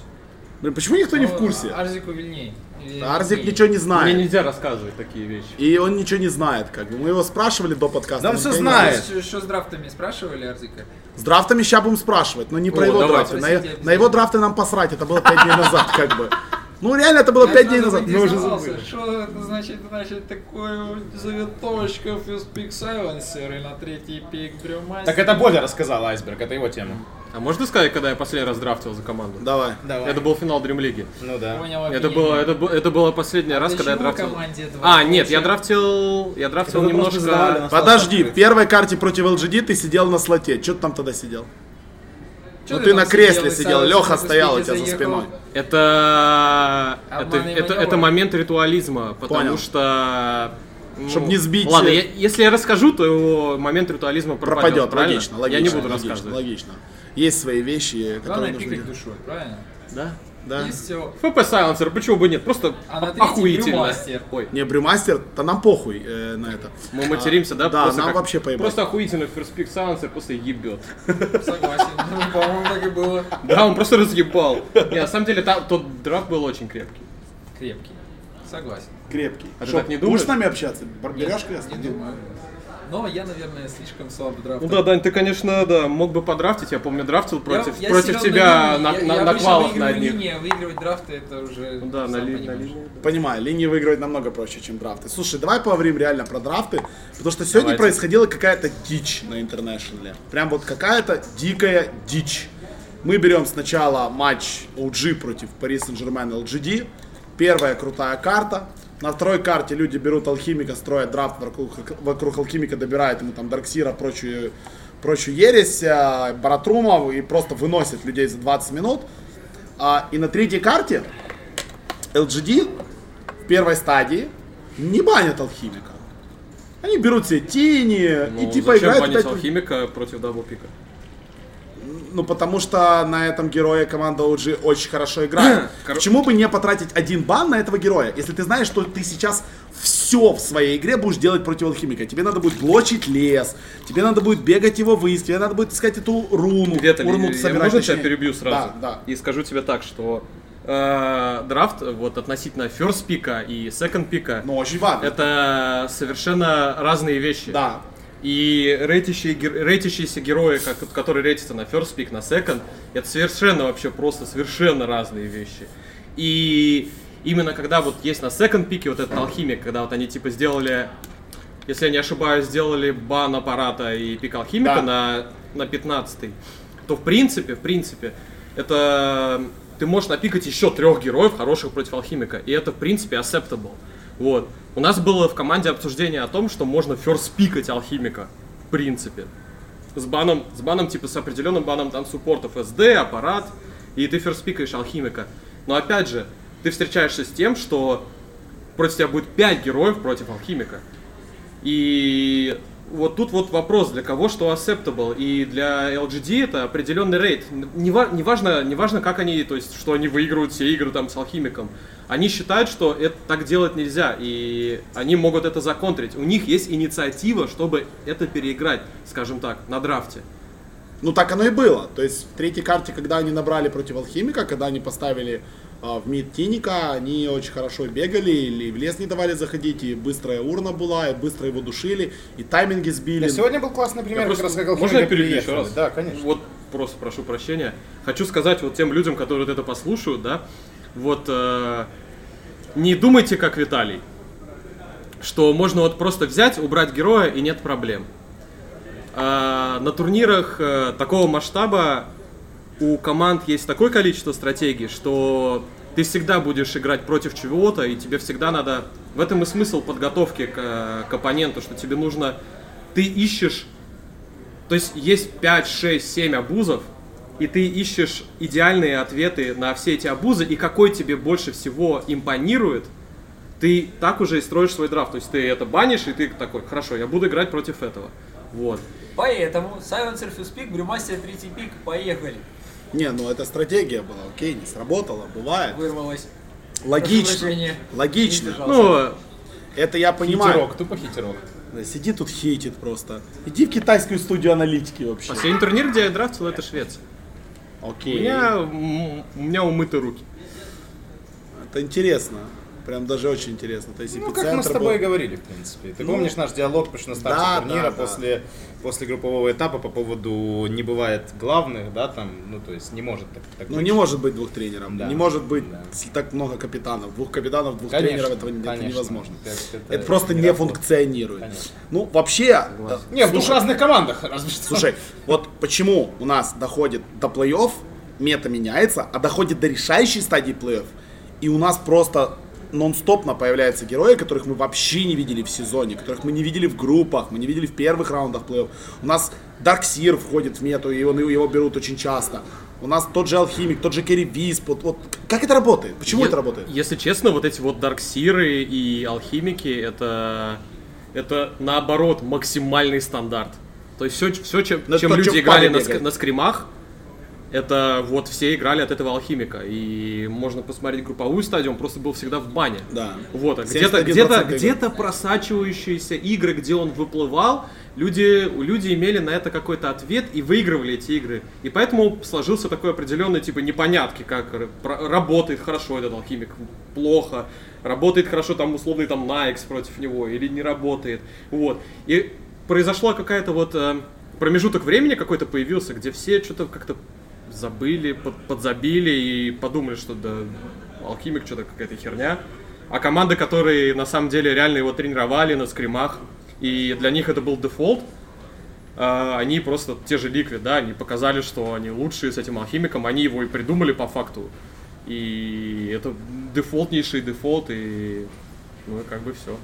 Блин, почему никто не в Ну, а- курсе? Арзику вильней. Или Арзик вильней. ничего не Мне знает. нельзя рассказывать такие вещи. И он ничего не знает, как бы. Мы его спрашивали до подкаста. Да он он всё не знает. Что что с драфтами спрашивали Арзика? С драфтами сейчас будем спрашивать, но не про О, его давайте. драфты. На, е- Простите, на его драфты нам посрать, это было 5 дней назад, как бы. Ну реально, это было 5 дней назад. Мы уже забыли. Что это значит, значит, такое заготовочков из Пик Сайленсер и на третий пик Дрю Так это Боля рассказал, Айсберг, это его тема. А можно сказать, когда я последний раз драфтил за команду? Давай. Давай. Это был финал Дрим Лиги. Ну да. Понял, Это было, это, бу- это было последний раз, когда я почему драфтил. команде два А, нет, я получается? драфтил. Я драфтил немножко. Подожди, в первой карте против LGD ты сидел на слоте. Че ты там тогда сидел? Ну ты на кресле сидел, Леха стоял у тебя за спиной. Это, это, Обманный это, маневр. это момент ритуализма, потому Понял. что. ну, Чтоб не сбить- Ладно, я- если я расскажу, то момент ритуализма пропадет. Пропадет, правильно? логично, логично. Я не буду логично, рассказывать. Логично. Есть свои вещи, которые Главное нужно пикать делать. душой, правильно? Да? Да. Есть все. ФП Сайленсер, почему бы нет? Просто А на третий охуительно. Брюмастер. Ой, Не, Брюмастер, да нам похуй э, на это. мы материмся, да? да, Просто нам как- вообще поебать. Просто охуительно ферспик Сайленсер просто ебет. Согласен. Ну, по-моему, так и было. Да, он просто разъебал. Не, на самом деле, та- тот драфт был очень крепкий. Крепкий. Согласен. Крепкий. А ты Шо, так не думаешь? Будешь с нами общаться? Берешь кресло? Не думаю. Но я, наверное, слишком слаб в Ну драфтах. да, Дань, ты, конечно, да, мог бы подрафтить, я помню, драфтил Я- против, я против сидел тебя линии, на, я- на, я на обычно квалах на выигрываю одних. линии, а выигрывать драфты это уже... Ну Да, сам на, ли- на понимаешь. линии. Понимаю, линии выигрывать намного проще, чем драфты. Слушай, давай поговорим реально про драфты, потому что сегодня Давайте. происходила какая-то дичь на интернешнле. Прям вот какая-то дикая дичь. Мы берем сначала матч OG против Paris Saint-Germain LGD. Первая крутая карта. На второй карте люди берут алхимика, строят драфт вокруг, вокруг алхимика, добирают ему там Дарксира, прочую, прочую ересь, э, Баратрумов и просто выносят людей за 20 минут. А, и на третьей карте LGD в первой стадии не банят алхимика. Они берут себе тени Ну, и типа зачем играют банить опять- алхимика против даблпика? Ну потому что на этом герое команда OG очень хорошо играет. Кор- Почему бы не потратить один бан на этого героя, если ты знаешь, что ты сейчас все в своей игре будешь делать против алхимика. Тебе надо будет блочить лес, тебе надо будет бегать его выезд, тебе надо будет искать эту руну, Виталий, урну я, собирать, можно тебя точнее. перебью сразу? Да, да. И скажу тебе так, что э, драфт вот относительно first пика и second пика Ну очень важно. это совершенно разные вещи. Да. И рейтящие, гер- рейтящиеся герои, как, которые рейтятся на first pick, на second, это совершенно вообще просто совершенно разные вещи. И именно когда вот есть на second пике вот этот алхимик, когда вот они типа сделали, если я не ошибаюсь, сделали бан аппарата и пик алхимика Да. на, на 15 то в принципе, в принципе, это ты можешь напикать еще трех героев хороших против алхимика, и это в принципе acceptable. Вот. У нас было в команде обсуждение о том, что можно first пикать алхимика, в принципе. С баном, с баном, типа, с определенным баном там суппортов SD, аппарат, и ты first пикаешь алхимика. Но опять же, ты встречаешься с тем, что против тебя будет 5 героев против алхимика. И вот тут вот вопрос, для кого что acceptable. И для LGD это определенный рейд. Не, ва- не важно, не важно, как они, то есть, что они выигрывают все игры там с алхимиком. Они считают, что это так делать нельзя, и они могут это законтрить. У них есть инициатива, чтобы это переиграть, скажем так, на драфте. Ну так оно и было. То есть в третьей карте, когда они набрали против алхимика, когда они поставили а, в мид Тиника, они очень хорошо бегали, или в лес не давали заходить, и быстрая урна была, и быстро его душили, и тайминги сбили. Да, Сегодня был классный Я пример, как просто- раз как Можно я алхимика перебью еще приехали. раз? Да, конечно. Вот просто прошу прощения. Хочу сказать вот тем людям, которые вот это послушают, да, вот э, не думайте как Виталий, что можно вот просто взять, убрать героя и нет проблем. А, на турнирах э, такого масштаба у команд есть такое количество стратегий, что ты всегда будешь играть против чего-то, и тебе всегда надо... В этом и смысл подготовки к, э, к оппоненту, что тебе нужно... Ты ищешь... То есть есть 5, 6, 7 абузов, и ты ищешь идеальные ответы на все эти абузы, и какой тебе больше всего импонирует, ты так уже и строишь свой драфт. То есть ты это банишь, и ты такой, хорошо, я буду играть против этого. Вот. Поэтому Silencer Fuse Peak, Брюмастер третий пик, поехали. Не, ну это стратегия была, окей, не сработала, бывает. Вырвалось. Прошу Логично. прощения. Не Логично. сдержался. Ну, Это я понимаю. Хитерок, тупо хитерок. Да, Сиди тут хитит просто. Иди в китайскую студию аналитики вообще. последний турнир, где я драфтил, это Швеция. У Окей. меня, м, у меня умыты руки. Это интересно. Прям даже очень интересно. То есть Ну, как мы с эпицентр тобой и был- говорили, в принципе. Ты Ну, помнишь наш диалог почти на старте да, турнира да, да. после, после группового этапа по поводу не бывает главных, да, там, ну, то есть не может так, так Ну быть. не может быть двух тренеров, Да. не может быть Да. с- так много капитанов, двух капитанов, двух Конечно, тренеров, этого не- это конечно. невозможно. Так Это, просто не работает. функционирует. Конечно. Ну вообще, э, Не, в двух разных командах, разве что. слушай, вот почему у нас доходит до плей-офф, мета меняется, а доходит до решающей стадии плей-офф, и у нас просто нон-стопно появляются герои, которых мы вообще не видели в сезоне, которых мы не видели в группах, мы не видели в первых раундах плей-офф. У нас Дарксир входит в мету, и он, его берут очень часто. У нас тот же Алхимик, тот же Керри Висп. Вот, вот как это работает? Почему Е- это работает? Если честно, вот эти вот дарксиры и алхимики, это, это наоборот максимальный стандарт. То есть все, все чем, Ну, чем то, люди чем играли парень на, ск- бегает. на скримах, это вот все играли от этого алхимика. И можно посмотреть групповую стадию, он просто был всегда в бане. Да. Вот, а где-то 71% где-то игр. где-то просачивающиеся игры, где он выплывал, люди у люди имели на это какой-то ответ и выигрывали эти игры. И поэтому сложился такой определенный типа непонятки, как р- про- работает хорошо этот алхимик, плохо, работает хорошо там условный там Найкс против него или не работает. Вот. И произошла какая-то вот э, промежуток времени какой-то появился, где все что-то как-то забыли, под- подзабили и подумали, что да, алхимик что-то какая-то херня. А команды, которые на самом деле реально его тренировали на скримах, и для них это был дефолт, э, они просто те же ликвид, да, они показали, что они лучшие с этим алхимиком, они его и придумали по факту. И это дефолтнейший дефолт, и ну и как бы все.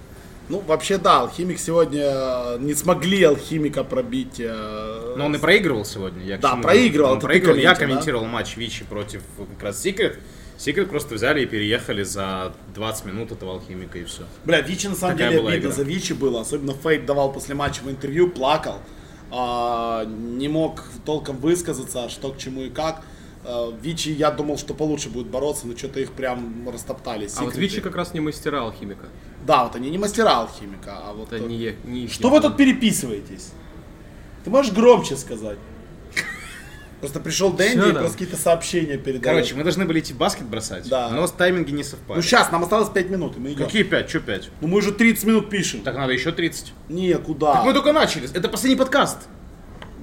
Ну, вообще, да, алхимик сегодня э, не смогли алхимика пробить. э, Но он и проигрывал сегодня. Я к Да, чему? проигрывал, Он это ты проигрывал. Я комментируй, комментировал матч Вичи против как раз Секрет. Секрет просто взяли и переехали за 20 минут этого алхимика и все. Бля, Вичи на самом Такая деле была обидно игра. за Вичи было. Особенно Фейт давал после матча в интервью, плакал. а, не мог толком высказаться, что к чему и как. А, Вичи, я думал, что получше будет бороться, но что-то их прям растоптали. А вот Секреты. Вичи как раз не мастера алхимика. Да, вот они не мастера алхимика, а вот... Это э, не, е- не их Что дело. вы тут переписываетесь? Ты можешь громче сказать? Просто пришел Дэнди Всё, и да. просто какие-то сообщения Ну, передал. Короче, мы должны были идти баскет бросать, Да. но тайминги не Ну совпали. сейчас, нам осталось 5 минут, и мы идем. Какие 5? Че 5? Ну мы уже 30 минут пишем. Так надо еще 30. Не, куда? Мы только начали. Это последний подкаст.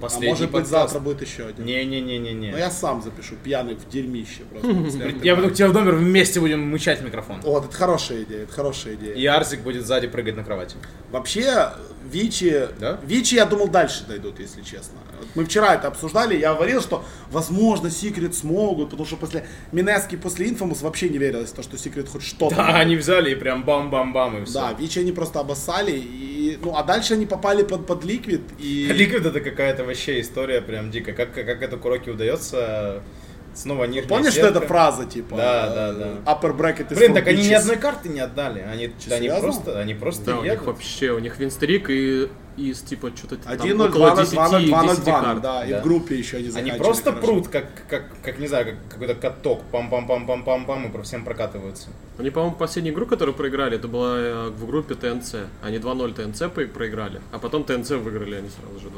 а может быть завтра будет еще один. Не-не-не-не-не. Но я сам запишу, пьяный в дерьмище просто. Ну, Я буду к тебе в номер вместе будем мычать в микрофон. Вот, это хорошая идея, это хорошая идея. И Арзик будет сзади прыгать на кровати. Вообще, Вичи, Да? Вичи, я думал, дальше дойдут, если честно. Вот Мы вчера это обсуждали, я говорил, что, возможно, Секрет смогут, потому что после Минески, после Инфомус вообще не верилось, в то, что Секрет хоть что-то. Да, они взяли и прям бам-бам-бам и все. Да, Вичи они просто обоссали, и, ну, а дальше они попали под, под Ликвид, и... Ликвид это какая-то вообще история прям дикая. Как, как, как это Куроки удается снова нижняя Ну, Помнишь, что сетка. это фраза, типа? Да, да, да. Upper bracket is Блин, for так они ни bitches». одной карты не отдали. Они, Чё, они серьезно? просто, они просто Да, у них едут. вообще, у них винстрик и из типа что-то там 1-0, около 2-0, 10, 10 2-0, карт. да, и Да. в группе еще они Они заканчивали просто хорошо. прут, как, как, как, не знаю, как какой-то каток. Пам-пам-пам-пам-пам-пам, и про всем прокатываются. Они, по-моему, последнюю игру, которую проиграли, это была э, в группе ТНЦ. Они 2-0 ТНЦ по- проиграли, а потом ТНЦ выиграли они сразу же 2-0.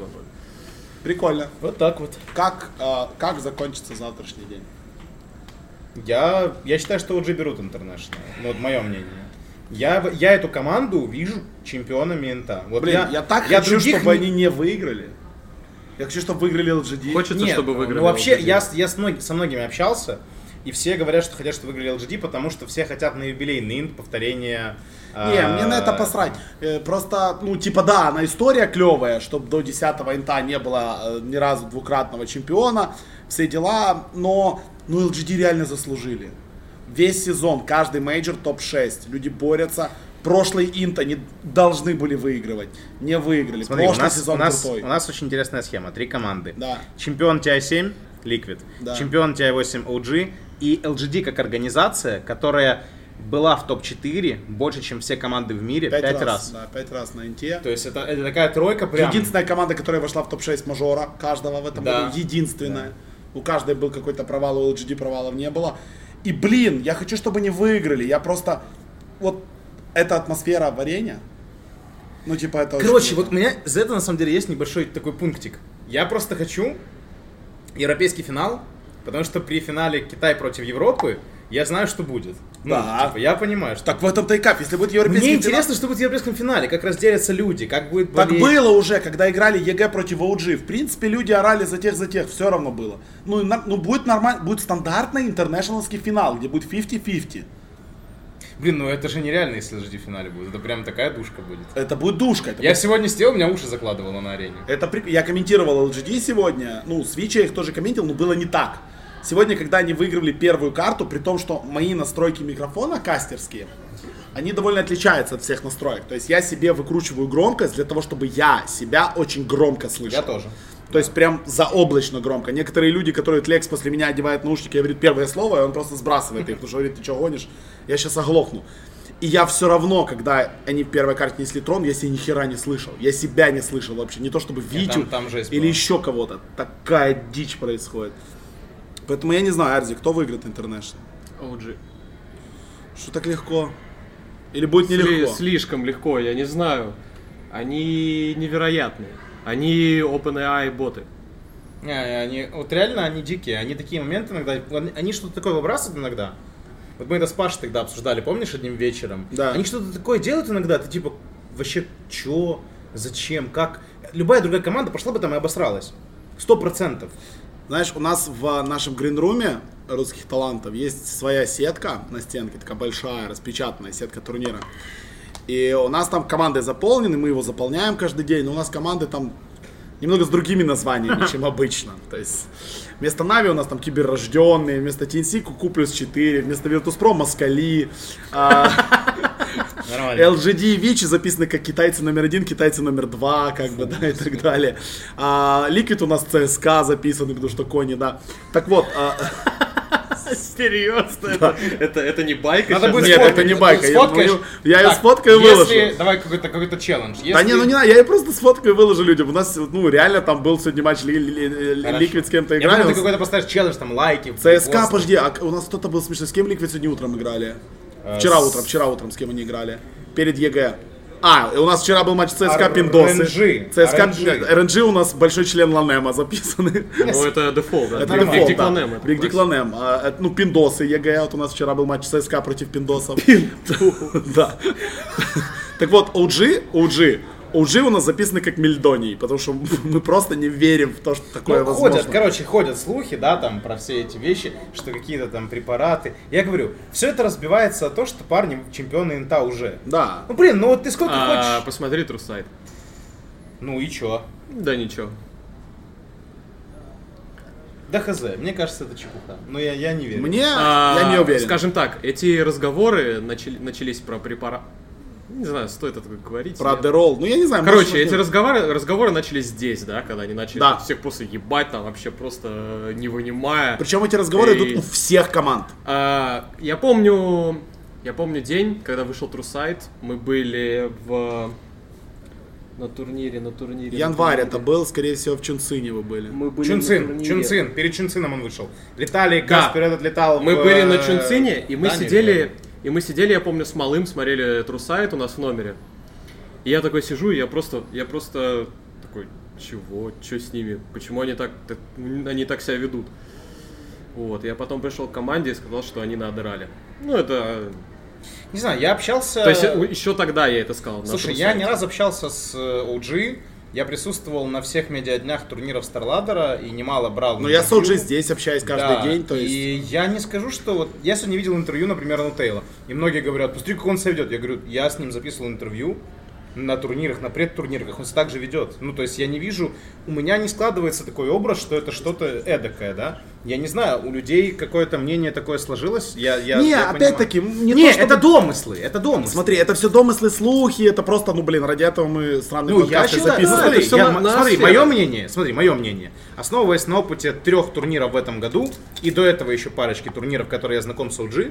Прикольно. Вот так вот. Как, э, как закончится завтрашний день? Я, я считаю, что OG берут International. Ну, вот мое мнение. Я, в- я эту команду вижу чемпионами Инта. Вот Блин, я, так я хочу, других чтобы не- они не выиграли. Я хочу, чтобы выиграли LGD. Хочется, Нет, чтобы ну, выиграли. вообще, LGD. я, с- я с мног- со многими общался, и все говорят, что хотят, чтобы выиграли LGD, потому что все хотят на юбилейный инт а, повторение... А, Не, мне на это посрать. Э, Просто, ну, типа, да, она история клевая, чтобы до 10-го инта не было э, ни разу двукратного чемпиона, все дела, но, ну, LGD реально заслужили. Весь сезон, каждый мейджор топ-6, люди борются. Прошлый инт они должны были выигрывать, не выиграли. Смотри, у Прошлый нас, у, сезон нас, крутой. у нас очень интересная схема. Три команды. Да. Чемпион TI-7, Liquid. Да. Чемпион TI-8, OG. И LGD как организация, которая была в топ-4 больше, чем все команды в мире. Пять, раз. Да, пять раз на инте. То есть это, это такая тройка прям... Единственная команда, которая вошла в топ-6 мажора каждого в этом Да. году. Единственная. У каждой был какой-то провал, у LGD провалов не было. И, блин, я хочу, чтобы они выиграли. Я просто... Вот эта атмосфера в арене. Ну, типа, это очень Короче, круто. вот у меня за это на самом деле есть небольшой такой пунктик. Я просто хочу европейский финал, потому что при финале Китай против Европы я знаю, что будет. Ну, Да. типа, я понимаю, что... Так в этом тайкап, если будет европейский Мне финал- интересно, что будет в европейском финале, как разделятся люди, как будет Так болеть. было уже, когда играли ЕГЭ против OG. В принципе, люди орали за тех, за тех. Все равно было. Ну, и на- ну будет нормально, будет стандартный интернешнлский финал, где будет 50-50. Блин, ну это же нереально, если LGD в финале будет. Это прям такая душка будет. Это будет душка. Это Я сегодня сидел, у меня уши закладывало на арене. Это прик- Я комментировал LGD сегодня, ну, с Вичи я их тоже комментировал, но было не так. Сегодня, когда они выиграли первую карту, при том, что мои настройки микрофона кастерские, они довольно отличаются от всех настроек. То есть я себе выкручиваю громкость для того, чтобы я себя очень громко слышал. Я тоже. То есть прям заоблачно громко. Некоторые люди, которые Тлекс после меня одевает наушники, я говорю первое слово, и он просто сбрасывает их, потому что говорит, ты что гонишь, я сейчас оглохну. И я все равно, когда они в первой карте несли трон, я себе ни хера не слышал. Я себя не слышал вообще. Не то чтобы Витю там- там жесть или была. еще кого-то. Такая дичь происходит. Поэтому я не знаю, Арзи, кто выиграет Интернешнл? OG. Что так легко? Или будет нелегко? Сли- Слишком легко, я не знаю. Они невероятные. Они OpenAI боты. Не, они, вот реально они дикие, они такие моменты иногда, они, они что-то такое выбрасывают иногда. Вот мы это с Пашей тогда обсуждали, помнишь, одним вечером? Да. Они что-то такое делают иногда, ты типа, вообще, чё, зачем, как? любая другая команда пошла бы там и обосралась. Сто процентов. Знаешь, у нас в нашем гринруме русских талантов есть своя сетка на стенке, такая большая, распечатанная сетка турнира. И у нас там команды заполнены, мы его заполняем каждый день, но у нас команды там немного с другими названиями, чем обычно. То есть вместо Нави у нас там киберрожденные, вместо TNC Куку плюс 4, вместо Virtus.pro Москали, а, Нормально. LGD и Вичи записаны как китайцы номер один, китайцы номер два, как бы, да, и так далее. А, Ликвид у нас ЦСКА записаны, потому что кони, да. Так вот, а, Серьезно? Это, это, это не байка Надо щас? будет нет, сфоткать. это не байка, я Сфоткаешь? говорю, я ее Так, сфоткаю и если- выложу. Давай какой-то какой-то челлендж. Да Если- не, ну не надо, я ее просто сфоткаю и выложу людям. У нас, ну, реально там был сегодня матч Ли- Ли- Ли- Хорошо. Ликвид с кем-то Я думаю, играли. ты какой-то поставишь челлендж, там лайки. ЦСКА, репосты. подожди, а у нас кто-то был смешно, с кем Ликвид сегодня утром играли? Э, Вчера с- утром, вчера утром, с кем они играли? Перед ЕГЭ. А, у нас вчера был матч ЦСКА RNG. Пиндосы. ЦСКА RNG. нет, РНЖ у нас большой член Ланема записаны. Ну, это дефолт, да. Это Big дефолт, Dick да. Lanem, Эм, это Big Dick классика. Lanem. А, это, Ну, пиндосы ЕГЭ. Вот у нас вчера был матч ЦСКА против пиндосов. Да. Так вот, OG, OG, OG у нас записаны как Мельдоний, потому что мы просто не верим в то, что Ну, такое возможно. ходят, короче, ходят слухи, да, там, про все эти вещи, что какие-то там препараты. Я говорю, все это разбивается о том, что парни чемпионы инта уже. Да. Ну, блин, ну вот ты сколько А, хочешь. Посмотри Трусайт. Ну и чё? Да ничего. Да хз, мне кажется, это чепуха. Но я, я не верю. Мне, А, я не уверен. Скажем так, эти разговоры начали- начались про препарат... Не знаю, стоит это говорить. Про нет. Дерол. Ну, я не знаю. Короче, может, эти разговоры, разговоры начались здесь, да, когда они начали Да. тут всех просто ебать, там вообще просто э, не вынимая. Причем эти разговоры И- идут у всех команд. А, я помню, я помню день, когда вышел Трусайт, мы были в на турнире, на турнире. на Январь турнире. это был, скорее всего, в Чунцине вы были. Мы были на Чунцин, турнире. Чунцин, перед Чунцином он вышел. Летали, Да. Каспер этот летал. Мы в, были на э, Чунцине, и мы Данию, сидели, по-моему. и мы сидели, я помню, с малым смотрели Трусайт у нас в номере. И я такой сижу, и я просто, я просто такой, чего, что с ними, почему они так, так- они так себя ведут. Вот, я потом пришел к команде и сказал, что они надрали. Ну, это... э, Не знаю, я общался... То есть, еще тогда я это сказал. на Слушай, Трусайте. я не раз общался с э, OG, я присутствовал на всех медиаднях турниров Старладера и немало брал. Но я с OG интервью. здесь общаюсь каждый Да, день, то есть... И я не скажу, что вот я сегодня видел интервью, например, Нутейла. И многие говорят, посмотри, как он себя ведет. Я говорю, я с ним записывал интервью на турнирах, на предтурнирах, он себя так же ведет. Ну, то есть я не вижу, у меня не складывается такой образ, что это что-то эдакое, да? Я не знаю, у людей какое-то мнение такое сложилось, я... я не, я опять-таки, понимаю. не, Не, то, чтобы- это домыслы, это домыслы. Смотри, это все домыслы, слухи, это просто, ну блин, ради этого мы странные Ну, я подкасты считаю, ну, записывали. смотри, Это всё я- на- на смотри, сфере. мое мнение, смотри, мое мнение. Основываясь на опыте трех турниров в этом году, и до этого еще парочки турниров, которые я знаком с OG,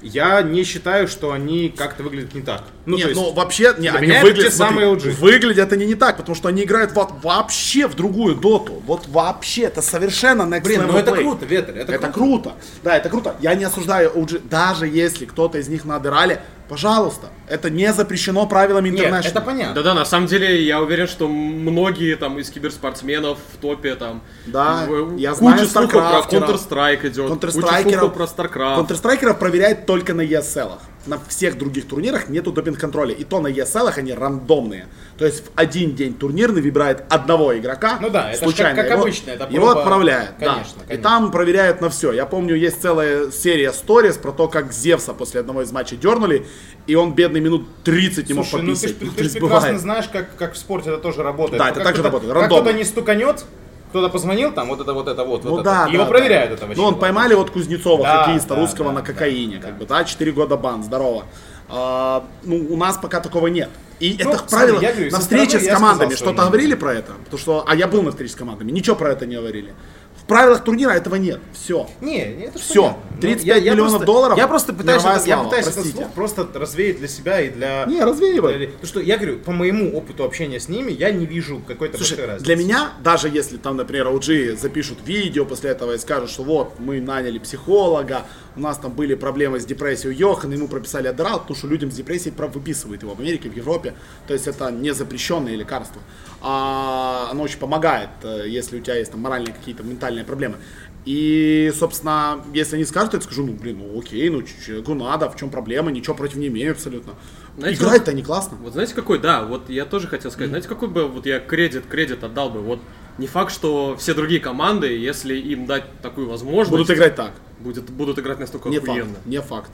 я не считаю, что они как-то выглядят не так. Ну, Нет, то есть, ну вообще, не, для они меня это выглядят, те смотри, самые OG. выглядят они не так, потому что они играют во- вообще в другую доту. Вот вообще, это совершенно next блин, level ну это play. круто, Ветер, это, Это круто. круто. Да, это круто. Я не осуждаю OG. Даже если кто-то из них надырали, пожалуйста, это не запрещено правилами Нет, интернешнл. это понятно. Да-да, на самом деле я уверен, что многие там из киберспортсменов в топе там. Да, в- э, я куча знаю слухов про Старкрафтера. Counter-Strike идет. Counter-Strike'еров- про StarCraft. Counter-Strike'еров проверяют только на ESL. -ах. На всех других турнирах нету допинг-контроля. И то на ESL -ах они рандомные. То есть в один день турнирный выбирает одного игрока. Ну да, это ж случайно. как- как его, обычно, это его проба- отправляют. да. Конечно, И конечно. там проверяют на все. Я помню, есть целая серия сторис про то, как Зевса после одного из матчей дернули, и он бедный минут 30 не мог Слушай, ну ты, ж- пописать. ты ж То есть прекрасно бывает. знаешь, как, как в спорте это тоже работает. Да, Ну, это как также кто-то- работает, как рандомно. Кто-то не стуканет, кто-то позвонил, там вот это, вот это, вот, Ну вот да, это. Его да, проверяют да. этого Ну, он чувака. поймали вот Кузнецова, Да, хоккеиста да, русского да, на да, кокаине, да. как бы, да, 4 года бан, здорово. А, ну, у нас пока такого нет. И Ну, это смотри, правило я говорю, на со встрече стороны с я командами. сказал свое Что-то мнение. говорили про это? Потому что, а я был на встрече с командами, ничего про это не говорили. В правилах турнира этого нет. Все. Не, это ж Всё, понятно. Ну, 35 миллионов просто- долларов, Я просто пытаюсь, мировая этот- я слава, пытаюсь этот простите. слух просто развеять для себя и для... Не, развеивай. для- Потому что я говорю, по моему опыту общения с ними, я не вижу какой-то большой Слушай, разницы. для меня, даже если там, например, OG запишут видео после этого и скажут, что вот, мы наняли психолога, у нас там были проблемы с депрессией у Йохана, ему прописали адерал, потому что людям с депрессией прав- выписывают его в Америке, в Европе, то есть это не запрещенное лекарство. А, оно очень помогает, э, если у тебя есть там моральные какие-то ментальные проблемы. И, собственно, если они скажут, это скажу, ну блин, ну окей, ну ч- человеку надо, в чем проблема, ничего против не имею абсолютно. Знаете, Играть-то не классно. Вот знаете какой, да, вот я тоже хотел сказать, знаете какой бы вот я кредит, кредит отдал бы, вот не факт, что все другие команды, если им дать такую возможность, Будут играть так. будет, будут играть настолько Не охуенно. факт. Не факт.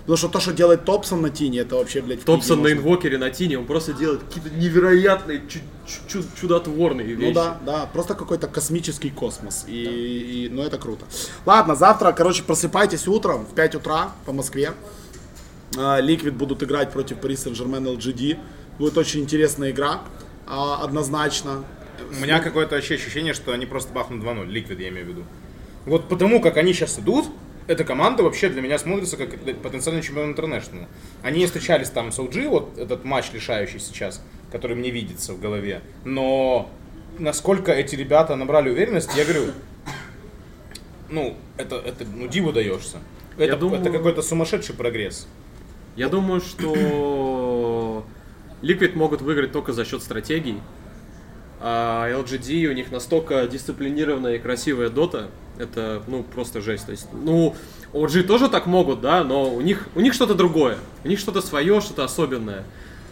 Потому что то, что делает Топсон на Тине, это вообще, блядь, в Топсон на книге можно. инвокере, на тине, он просто делает какие-то невероятные, чу- чу- чу- чудотворные вещи. Ну да, да, просто какой-то космический космос. И, и- ну это круто. Ладно, завтра, короче, просыпайтесь утром в 5 утра по Москве. А, Ликвид будут играть против Paris Saint-Germain LGD. Будет очень интересная игра, а, однозначно. У меня какое-то вообще ощущение, что они просто бахнут 2-0. Ликвид, я имею в виду. Вот потому, как они сейчас идут, эта команда вообще для меня смотрится как потенциальный чемпион интернешнл. Они встречались там с OG, вот этот матч лишающий сейчас, который мне видится в голове. Но насколько эти ребята набрали уверенность, я говорю, ну, это, это ну, диву даешься. Я Это, думаю- это какой-то сумасшедший прогресс. Я думаю, что Liquid могут выиграть только за счет стратегий. А LGD у них настолько дисциплинированная и красивая дота. Это, ну, просто жесть. То есть, ну, OG тоже так могут, да, но у них, у них что-то другое. У них что-то свое, что-то особенное.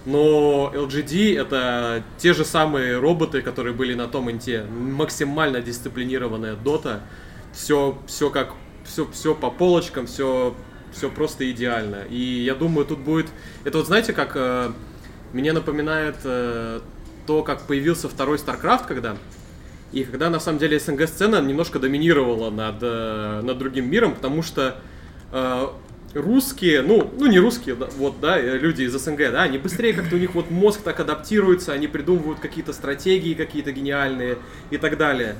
Но LGD это те же самые роботы, которые были на том инте. Максимально дисциплинированная дота. Все, все как, все, все по полочкам, все, все просто идеально. И я думаю, тут будет... Это вот знаете, как э, мне напоминает э, то, как появился второй StarCraft, когда... И когда на самом деле СНГ-сцена немножко доминировала над, э, над другим миром, потому что э, русские, ну, ну не русские, да, вот, да, э, люди из СНГ, да, они быстрее как-то у них вот мозг так адаптируется, они придумывают какие-то стратегии какие-то гениальные и так далее.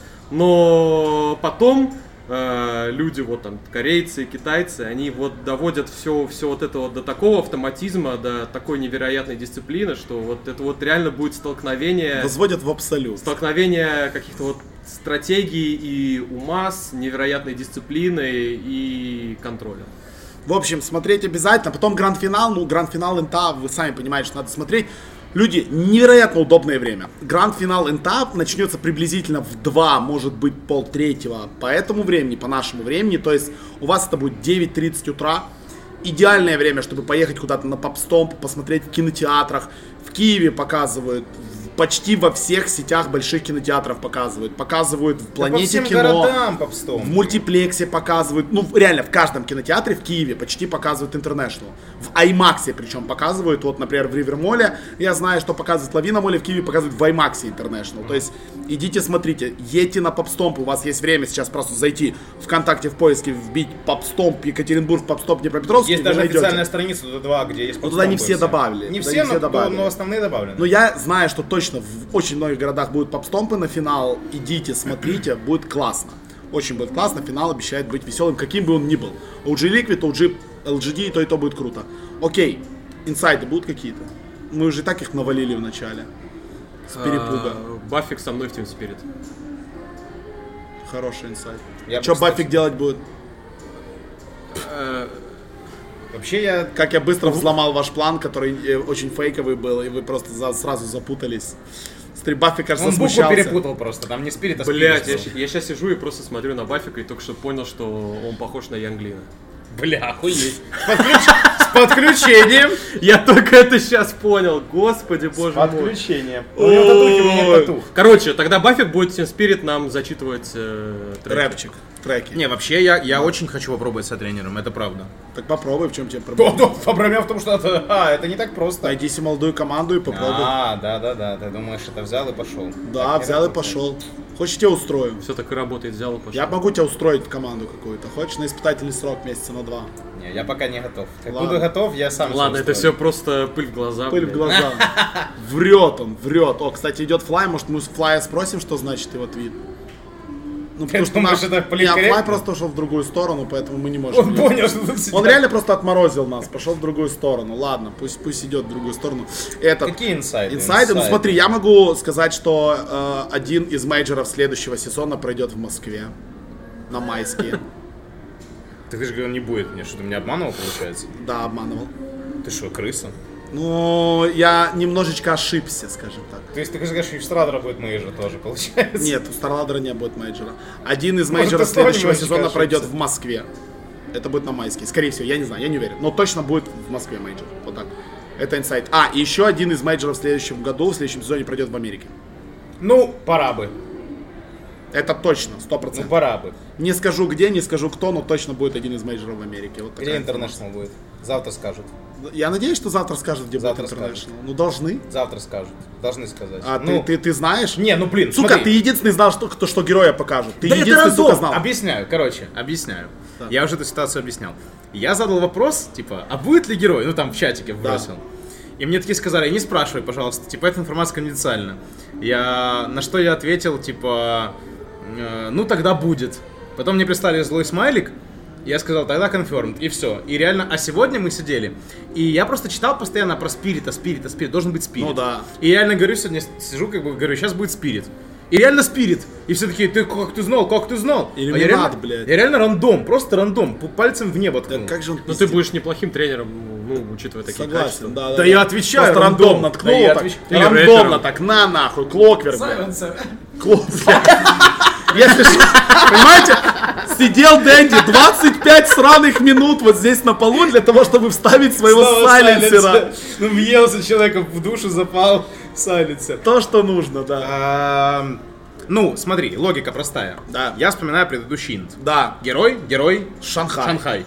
Но потом э, люди, вот там, корейцы, китайцы, они вот доводят все, все вот это вот до такого автоматизма, до такой невероятной дисциплины, что вот это вот реально будет столкновение Возводят в абсолют. столкновение каких-то вот стратегий и ума с невероятной дисциплиной и контролем. В общем, смотреть обязательно. Потом гранд-финал. Ну, гранд-финал инта, вы сами понимаете, что надо смотреть. Люди, невероятно удобное время. Гранд-финал инта начнется приблизительно в 2, может быть, полтретьего по этому времени, по нашему времени. То есть у вас это будет 9.30 утра. Идеальное время, чтобы поехать куда-то на попстомп, посмотреть в кинотеатрах. В Киеве показывают, в- почти во всех сетях больших кинотеатров показывают. Показывают в Да по планете всем кино. городам попстом. В мультиплексе показывают, ну в- реально в каждом кинотеатре в Киеве почти показывают International. В Аймаксе причем показывают, вот, например, в Ривермоле, я знаю, что показывают Лавина Моле, в Киеве показывают в Аймаксе International. То есть идите смотрите, едьте на Попстомп, у вас есть время сейчас просто зайти ВКонтакте в поиске, вбить Попстомп, Екатеринбург, Попстомп, Днепропетровск, Есть и вы даже найдете. официальная страница Dota2, где есть Ну, туда не подстампы все все. добавили, Не туда все, не все но, кто- добавили. но основные добавлены. Но Ну, я знаю, что точно в очень многих городах будут попстомпы на финал. Идите, смотрите, будет классно. Очень будет классно. Финал обещает быть веселым, каким бы он ни был. OG Liquid, OG LGD, и то и то будет круто. Окей, инсайды будут какие-то? Мы уже и так их навалили в начале. С перепуга. А, Баффик со мной в Team Spirit. Хороший инсайд. Я Что бы, кстати, Баффик делать будет? Э, Вообще я Как я быстро взломал ваш план, который э, очень фейковый был, и вы просто за- сразу запутались. Смотри, Баффик, кажется, Он букву смущался. перепутал просто, там не спирит, а Блять, я, спирит. сейчас сижу и просто смотрю на Баффика и только что понял, что он похож на Янглина. Бля, охуеть. С подключением. Я только это сейчас понял, господи боже мой. Подключение. У него татухи, у меня нет татух. Короче, тогда Баффик будет Team Spirit нам зачитывать э, треки. Рэпчик, треки. Не, вообще я, я очень хочу попробовать с тренером, это правда. Так попробуй, в чем тебе проблема. То-то, Проблема в том, что это, а, это не так просто. Найди себе молодую команду и попробуй. А, да, да, да, ты думаешь, это взял и пошел. да, взял и пошел. Хочешь, я тебя устрою? Все так и работает, взял и пошел. Я могу тебя устроить в команду какую-то. Хочешь на испытательный срок месяца на два? Не, я пока не готов. Как Ладно. буду готов, я сам. Ладно, всё это все устрою. просто пыль в глаза. Пыль в блядь. глаза. Врет он, врет. О, кстати, идет флай. Может, мы с флая спросим, что значит его твит? Ну, потому что думаешь, наш... Не, это а флай политкорректно? просто ушел в другую сторону, поэтому мы не можем. Он её- понял, что тут Он сидят. реально просто отморозил нас, пошел в другую сторону. Ладно, пусть пусть идет в другую сторону. Этот... Какие инсайды? Инсайды, ну смотри, я могу сказать, что э, один из мейджеров следующего сезона пройдет в Москве на майские. Так ты же говорил, не будет мне, что ты меня обманывал, получается? Да, обманывал. Ты что, крыса? Ну, я немножечко ошибся, скажем так. То есть ты же говоришь, что Страдера будет мои же тоже, получается? Нет, у Старладера не будет мейджора. Один из Может, мейджеров ты снова следующего немножечко сезона пройдет ошибся. в Москве. Это будет на майске. Скорее всего, я не знаю, я не уверен. Но точно будет в Москве мейджор. Вот так. Это инсайт. А, и еще один из мейджоров в следующем году, в следующем сезоне пройдет в Америке. Ну, пора бы. Это точно, сто Ну, процентов. пора бы. Не скажу где, не скажу кто, но точно будет один из мейджоров в Америке. Вот Или такая International будет. Завтра скажут. информация. Я надеюсь, что завтра скажут, где Завтра будет скажут. International. Ну, должны. Завтра скажут. Должны сказать. А Ну, ты, ты, ты знаешь? Не, ну блин, Сука, смотри. ты единственный знал, что, кто, что героя покажут. Ты Да это единственный, сука, раздол! знал. Объясняю, короче, Объясняю. Да. Я уже эту ситуацию объяснял. Я задал вопрос, типа, а будет ли герой? Ну там в чатике бросил. И мне такие сказали, не спрашивай, пожалуйста, типа, эта информация конфиденциальна. Я... На что я ответил, типа, «Э, ну тогда будет. Потом мне прислали злой смайлик, я сказал, тогда confirmed, и все. И реально, а сегодня мы сидели, и я просто читал постоянно про а спирита, спирита, спирит, должен быть спирит. Ну да. И реально говорю, сегодня сижу, как бы говорю, сейчас будет спирит. И реально спирит. И все такие, ты как ты знал, как ты знал? А я, Иллюминат, реально, блядь. я реально рандом, просто рандом, п- пальцем в небо Да ткнул. как же он Но Ну, ты пиздит. будешь неплохим тренером, ну, учитывая такие качества. Согласен, да, да. Да я отвечаю, Просто рандом. рандомно ткнул Да я так. ну, отвечаю. Или Рандомно рэпером. так, на нахуй, клоквер, блядь. Сайленсер. Клок, блядь. Если ж- понимаете, сидел Дэнди 25 сраных минут вот здесь на полу для того, чтобы вставить своего Снова сайленсера. сайленсер. Ну, въелся человека в душу, запал сайленсер. То, что нужно, да. Ам, Ну, смотри, логика простая. Да. Я вспоминаю предыдущий инт. Да, Герой, герой, Шанхай. Ну, Шанхай.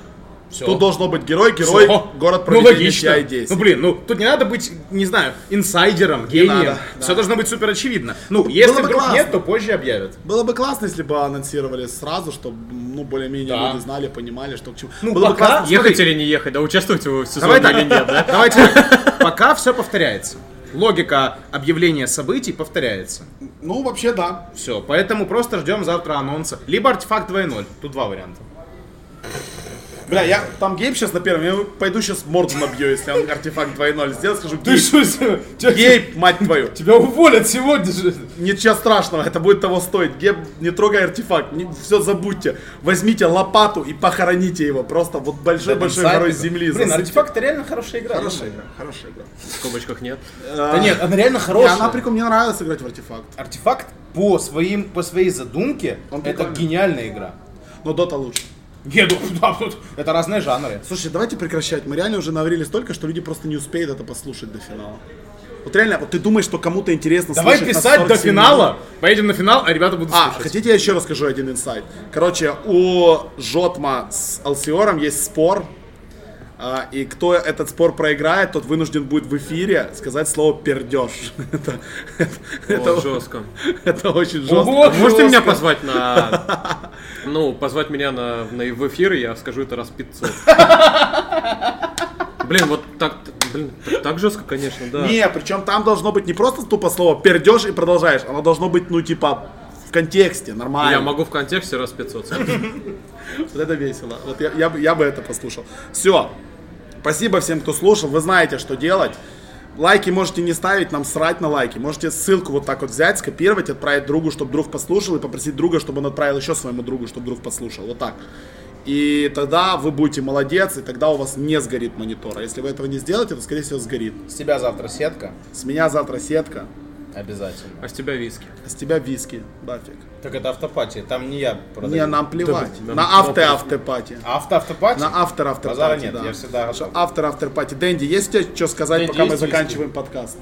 Все. Тут должно быть герой, герой, город проведения чья и действий. Ну блин, ну тут не надо быть, не знаю, инсайдером, гением. надо, да. Все должно быть супер очевидно. Ну, если бы вдруг классно. нет, то позже объявят. Было бы классно, если бы анонсировали сразу, чтобы ну более-менее Да. люди знали, понимали, что к чему. Ну, Было бы пока- классно. Смотри. Ехать или не ехать, да участвовать в сезоне Давай так. или нет, да? Давайте так. Пока все повторяется. Логика объявления событий повторяется. Ну вообще да. Все, поэтому просто ждем завтра анонса. Либо артефакт 2.0. Тут два варианта. Бля, я там Гейб сейчас на первом, я пойду сейчас морду набью, если он артефакт 2.0 сделает, скажу Гейб, Гейб, мать твою. Тебя уволят сегодня же. Ничего страшного, это будет того стоить. Геб, не трогай артефакт, все забудьте. Возьмите лопату и похороните его. Просто вот большой-большой горой земли. Блин, засыпьте. артефакт это реально хорошая игра. Хорошая игра, хорошая игра. В скобочках нет. Да нет, она реально И хорошая. она прикольно, мне нравилось играть в артефакт. Артефакт по, своим, по своей задумке Он это прикольный. гениальная игра. Но дота лучше. Нет, ну, да, тут это разные жанры. Слушай, давайте прекращать. Мы реально уже наврели столько, что люди просто не успеют это послушать до финала. Вот реально, вот ты думаешь, что кому-то интересно Давай слушать нас писать до 47 финала. Поедем на финал, а ребята будут А, слушать. хотите я еще расскажу один инсайт? Короче, у Жотма с Алсиором есть спор. а, и кто этот спор проиграет, тот вынужден будет в эфире сказать слово пердеж. Это, это- это- О, жестко. это очень жестко. Ого, Можете меня жестко. позвать на... Ну, позвать меня на, на в эфир, и я скажу это раз 500. Блин, вот так, блин, так, так жестко, конечно, да. Не, причем там должно быть не просто тупо слово пердеж и продолжаешь, оно должно быть, ну, типа, в контексте, нормально. Я могу в контексте раз 500. Вот это весело. Вот я, я, бы- я бы это послушал. Все. Спасибо всем, кто слушал. Вы знаете, что делать. Лайки можете не ставить, нам срать на лайки. Можете ссылку вот так вот взять, скопировать, отправить другу, чтобы друг послушал, и попросить друга, чтобы он отправил еще своему другу, чтобы друг послушал. Вот так. И тогда вы будете молодец, и тогда у вас не сгорит монитор. А если вы этого не сделаете, то, скорее всего, сгорит. С тебя завтра сетка. С меня завтра сетка, Обязательно. А с тебя виски. а с тебя виски, Дафик. Так это автопатия, там не я продаю. Не, нам плевать. Да, нам на похуй. авто-автопати. А Автоавтопатия? На автор автор Базара пати, нет, да. я всегда Что готов. Автор автор пати. Дэнди, есть у тебя что сказать, Дэнди, пока мы есть виски? заканчиваем подкаст?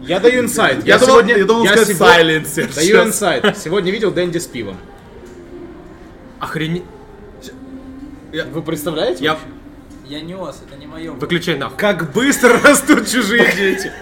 Я даю инсайт. Я думал- сегодня- я думал я сказать сегодня- сайленсер Даю сейчас. инсайт. Сегодня видел Дэнди с пивом. Охренеть. Вы представляете? Я... Я нес, это не мое. Выключай нахуй. Как быстро растут чужие дети.